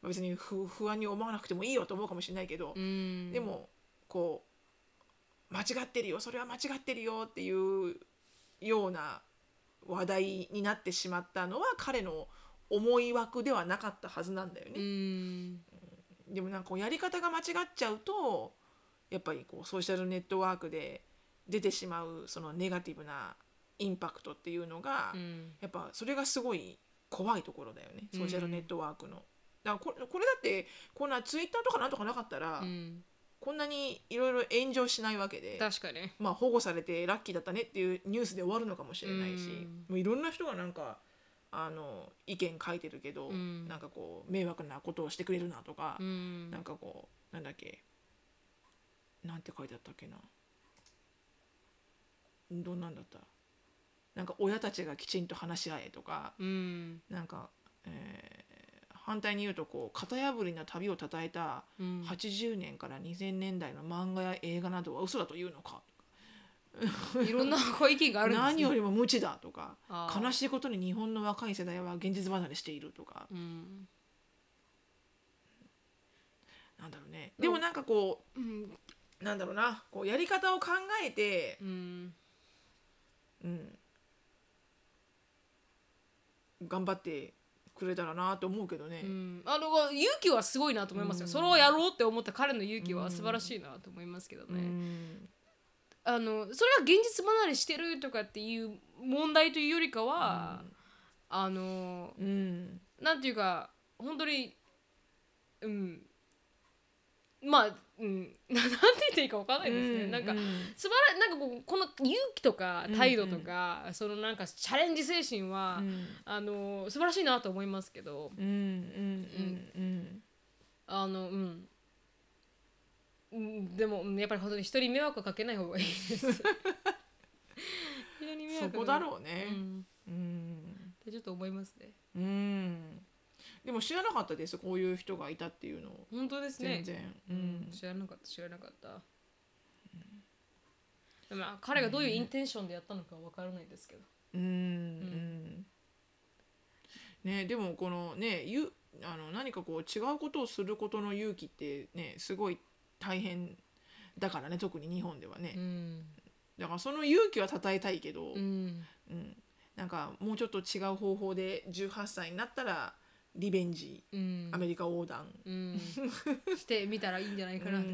S2: まあ別に不不安に思わなくてもいいよと思うかもしれないけど、
S1: うん
S2: でもこう間違ってるよそれは間違ってるよっていうような話題になってしまったのは彼の思い枠ではなかったはずなんだよ
S1: う
S2: ね。
S1: ん
S2: でもなんかこうやり方が間違っちゃうとやっぱりこうソーシャルネットワークで出てしまうそのネガティブなインパクトっていうのが、
S1: うん
S2: やっぱそれがすごい怖いところだよね
S1: うん
S2: ソーシャルネットワークの。だからこれこれだってこんなツイッターとかなんとかなかったら、
S1: うん
S2: こんなにいろいろ炎上しないわけで、
S1: 確かに。
S2: まあ、保護されてラッキーだったねっていうニュースで終わるのかもしれないし、
S1: うん
S2: もういろんな人がなんかあの意見書いてるけど、
S1: うん
S2: なんかこう迷惑なことをしてくれるなとか、
S1: うん
S2: なんかこうなんだっけなんて書いてあったっけなどんなんだったなんか親たちがきちんと話し合えとか
S1: うん
S2: なんか、えー反対に言うとこう型破りな旅をたたえた
S1: うん
S2: 80年から2000年代の漫画や映画などは嘘だというのか
S1: いろんなご意見があるんですね
S2: 何よりも無知だとか
S1: あー
S2: 悲しいことに日本の若い世代は現実離れしているとか
S1: うん
S2: なんだろうねでもなんかこう、うんなんだろうなこうやり方を考えて、
S1: うん
S2: うん、頑張ってくれたらなと思うけどね、
S1: うん、あの勇気はすごいなと思いますよ、
S2: うん
S1: それをやろうって思った彼の勇気は素晴らしいなと思いますけどね、
S2: うん
S1: あのそれが現実離れしてるとかっていう問題というよりかは、あの
S2: うん
S1: なんていうか本当にうんまあ、うん、 なんて言っていいかわかんないですね、
S2: う
S1: なんか
S2: う
S1: 素晴らなんかこうこの勇気とか態度とか、そのなんかチャレンジ精神は、
S2: うん
S1: あの素晴らしいなと思いますけど
S2: うんうんうん
S1: あのうんうんでもうんやっぱり本当に人に迷惑はかけない方がいいです 人に
S2: うん
S1: 迷
S2: そ
S1: 惑
S2: こだ
S1: う、
S2: ろうね
S1: うん、
S2: うん、
S1: ってちょっと思いますね
S2: うん、でも知らなかったですこういう人がいたっていうのを
S1: 本当ですね
S2: 全然、うん
S1: 知らなかった知らなかった、でもまあ彼がどういうインテンションでやったのかわからないですけど、
S2: うんうんね、でもこのねゆあの何かこう違うことをすることの勇気ってねすごい大変だからね特に日本ではね、
S1: うん
S2: だからその勇気は称えたいけど、
S1: う
S2: うん
S1: ん
S2: なんかもうちょっと違う方法で18歳になったらリベンジ
S1: うん
S2: アメリカ横断、
S1: うんしてみたらいいんじゃないかなと、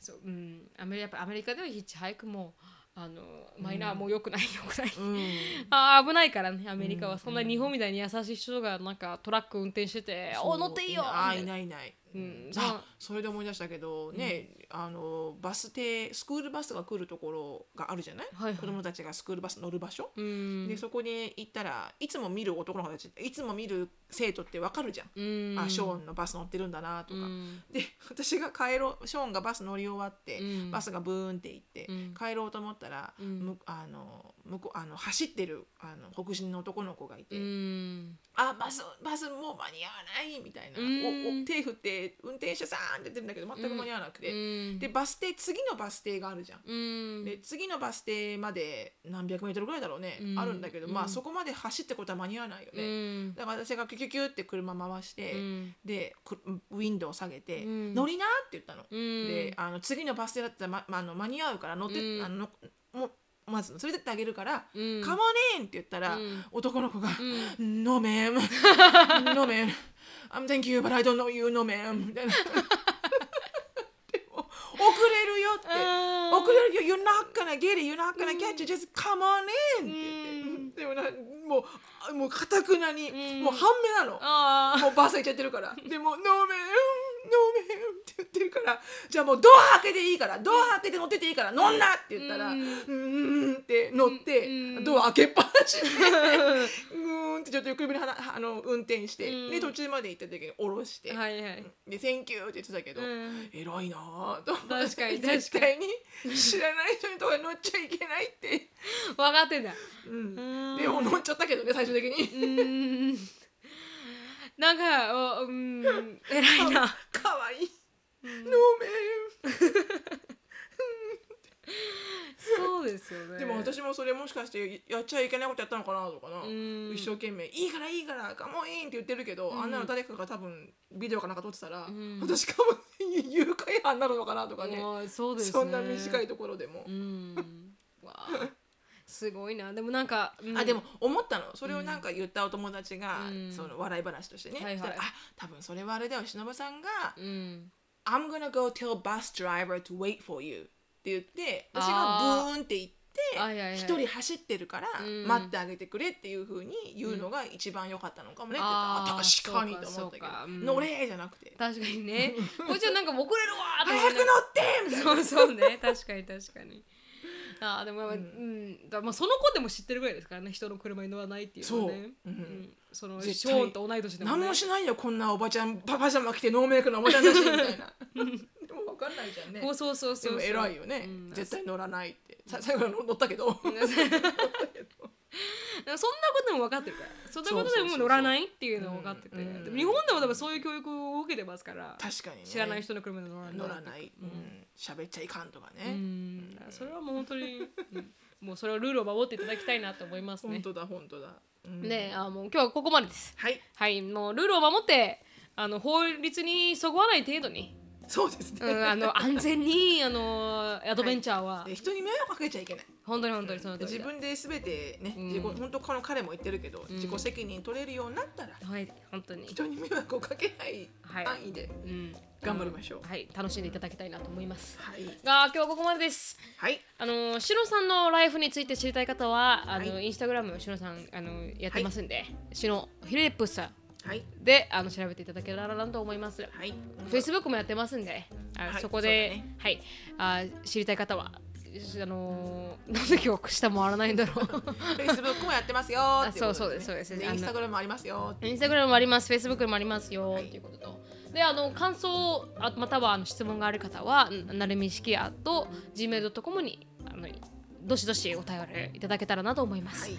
S1: そううん、アメリカやっぱアメリカではヒッチハイクもあのマイナーもう良くない良く ない、
S2: うんうん
S1: あー危ないからねアメリカ
S2: う
S1: は
S2: ん
S1: そんな日本みたいに優しい人がなんかトラック運転してて「
S2: そう
S1: お乗っていいよ!」
S2: あー
S1: み
S2: い
S1: たいな
S2: ないいない、
S1: うん
S2: あそれで思い出したけどね、あのバス停スクールバスが来るところがあるじゃない、
S1: はいはい
S2: 子供たちがスクールバス乗る場所、
S1: うん
S2: でそこに行ったらいつも見る男の子たちいつも見る生徒ってわかるじゃん、
S1: うん
S2: あショーンのバス乗ってるんだなとか、
S1: うん
S2: で 私が帰ろうショーンがバス乗り終わって、
S1: うん
S2: バスがブーンって行って、
S1: うん
S2: 帰ろうと思ったら、
S1: うん
S2: むあの向こうあの走ってるあの黒人の男の子がいて「
S1: うん
S2: あバスバスもう間に合わない」みたいな、
S1: うん
S2: おお手振って「運転手さん」って言ってるんだけど全く間に合わなくて、
S1: うん
S2: でバス停次のバス停があるじゃん。
S1: うん
S2: で次のバス停まで何百メートルぐらいだろうね、
S1: うん
S2: あるんだけど、ま
S1: う
S2: あ
S1: ん
S2: そこまで走ってことは間に合わないよ
S1: う
S2: ね、
S1: ん
S2: だから私がキュキュキュって車回して、
S1: うん
S2: でくウィンドウ下げて「
S1: うん
S2: 乗りな」って言ったの。
S1: うん
S2: であの次のバス停だったら、ままあ、あの間に合うから乗って、
S1: うん
S2: あのもまず連れてってあげるから「
S1: うん
S2: カモネン!」って言ったら、
S1: うん
S2: 男の子が
S1: うん
S2: 「No ma'am No ma'am I'm thank you but I don't know you no ma'am」みたいな。でも遅れるよって
S1: あー
S2: 遅れるよ You're not gonna get it You're not gonna get it Just come on in って言ってでもなもうあもうかたくなに、
S1: ん
S2: もう半目なの
S1: あー
S2: もうバース行っちゃってるから。でも、ノーメン、ノーメンって言ってるから、じゃあもうドア開けていいから、ドア開けて乗ってていいから、乗んなって言ったら、う
S1: う
S2: ー
S1: ん
S2: んって乗って
S1: う、ん
S2: ドア開けっぱなしで、うーんってちょっと横指ではなあの運転して、
S1: うん
S2: で、途中まで行った時に降ろして、
S1: はいはい
S2: で、センキューって言ってたけど、
S1: うん
S2: 偉いなぁと思っ
S1: 確
S2: て
S1: かに
S2: 絶対に知らない人にとか乗っちゃいけないって、
S1: 分かってんだ
S2: うん
S1: うん
S2: でも乗っちゃったけどね最終的に
S1: うーんなんかおうん偉いな
S2: かわいい、ノーメン
S1: そうですよね
S2: でも私もそれもしかしてやっちゃいけないことやったのかなとかな、
S1: うん
S2: 一生懸命「いいからいいからカモイン」って言ってるけど、あんなの誰かが多分ビデオかなんか撮ってたら、
S1: ん
S2: 私かも誘拐犯になるのかなとかね
S1: もうそうですね
S2: そんな短いところでも
S1: う、んわあすごいなでもなんか、うん
S2: あでも思ったのそれをなんか言ったお友達が、
S1: うん
S2: その笑い話としてね、
S1: はいはい
S2: そしたらあ多分それはあれだよ忍さんが
S1: うん
S2: 「I'm gonna go tell bus driver to wait for you」って言って私
S1: あー
S2: がブーンって言って。
S1: はいはいはい
S2: 一人走ってるから
S1: うん
S2: 待ってあげてくれっていうふうに言うのが一番良かったのかもねって言
S1: あ
S2: ったら
S1: ー
S2: あ確かにと
S1: そ
S2: 思
S1: う
S2: っ
S1: か
S2: た
S1: そうかう
S2: け
S1: ん
S2: ど「乗れ!」じゃなくて
S1: 確かに ねこっちはなんか遅れるわ
S2: 「
S1: ーと
S2: 早
S1: 思い
S2: く
S1: な
S2: 乗
S1: がら
S2: って!」みたいな
S1: そうそうね確かに確かにああでも、うんだまあ、その子でも知ってるぐらいですからね人の車に乗らないっていうのはね
S2: そううん
S1: んその
S2: 絶
S1: シ
S2: 対
S1: ョーンと同い年でも、ね、
S2: 何もしないよこんなおばちゃんパパジャマ着てノーメイクのおばちゃんだしみ たいなでも分かんないじゃんね
S1: そうそうそう
S2: で
S1: そう
S2: も偉いよね
S1: うん
S2: 絶対乗らないってさ最後は乗ったけど
S1: でもそん なことでも分かってるからそんなことでも乗らないっていうのは分かってて
S2: そうそうそううん
S1: でも日本でも多分そういう教育を受けてますから
S2: 確かにね
S1: 知らない人の車で乗らない
S2: 乗らない
S1: うん
S2: うん喋っちゃいかんとか
S1: う
S2: ね
S1: んそれはもう本当に、うんもうそれはルールを守っていただきたいなと思います
S2: 本
S1: ね
S2: 当だ本当だうん
S1: ねあもう今日はここまでです
S2: はい
S1: はいもうルールを守ってあの法律にそぐわない程度に
S2: そうですね、
S1: うん、あの安全にあのアドベンチャーは、
S2: で人に迷惑かけちゃいけない
S1: 本当に本当にその通り
S2: 自
S1: だ
S2: 分で全てね、
S1: うん
S2: 自己本当この彼も言ってるけど、
S1: うん
S2: 自己責任取れるようになったら
S1: はい本当に、
S2: 人に迷惑をかけない
S1: はい
S2: 範囲で、
S1: うん、
S2: 頑張りましょう
S1: はい楽しんでいただきたいなと思います
S2: はい
S1: が今日はここまでです
S2: はい
S1: あのシロさんのライフについて知りたい方はあの、
S2: は
S1: インスタグラムシロさんあのやってますんで、シロフィリップさん
S2: はい
S1: であの調べていただけたらなと思います
S2: はい、
S1: Facebook もやってますんで、あ
S2: はい
S1: そこで
S2: そうだね
S1: はいあ知りたい方はあのー なんで今日下回らないんだろ う
S2: Facebook もやってますよーっていこと
S1: あそうそうですそうです
S2: ね
S1: あの
S2: インスタグラムもありますよー
S1: インスタグラムもあります、Facebook もありますよ、
S2: はい
S1: ということと。で、あの感想あまたはあの質問がある方は、ななるみしきやと gmail.com にあのどしどしお便りいただけたらなと思います。
S2: はい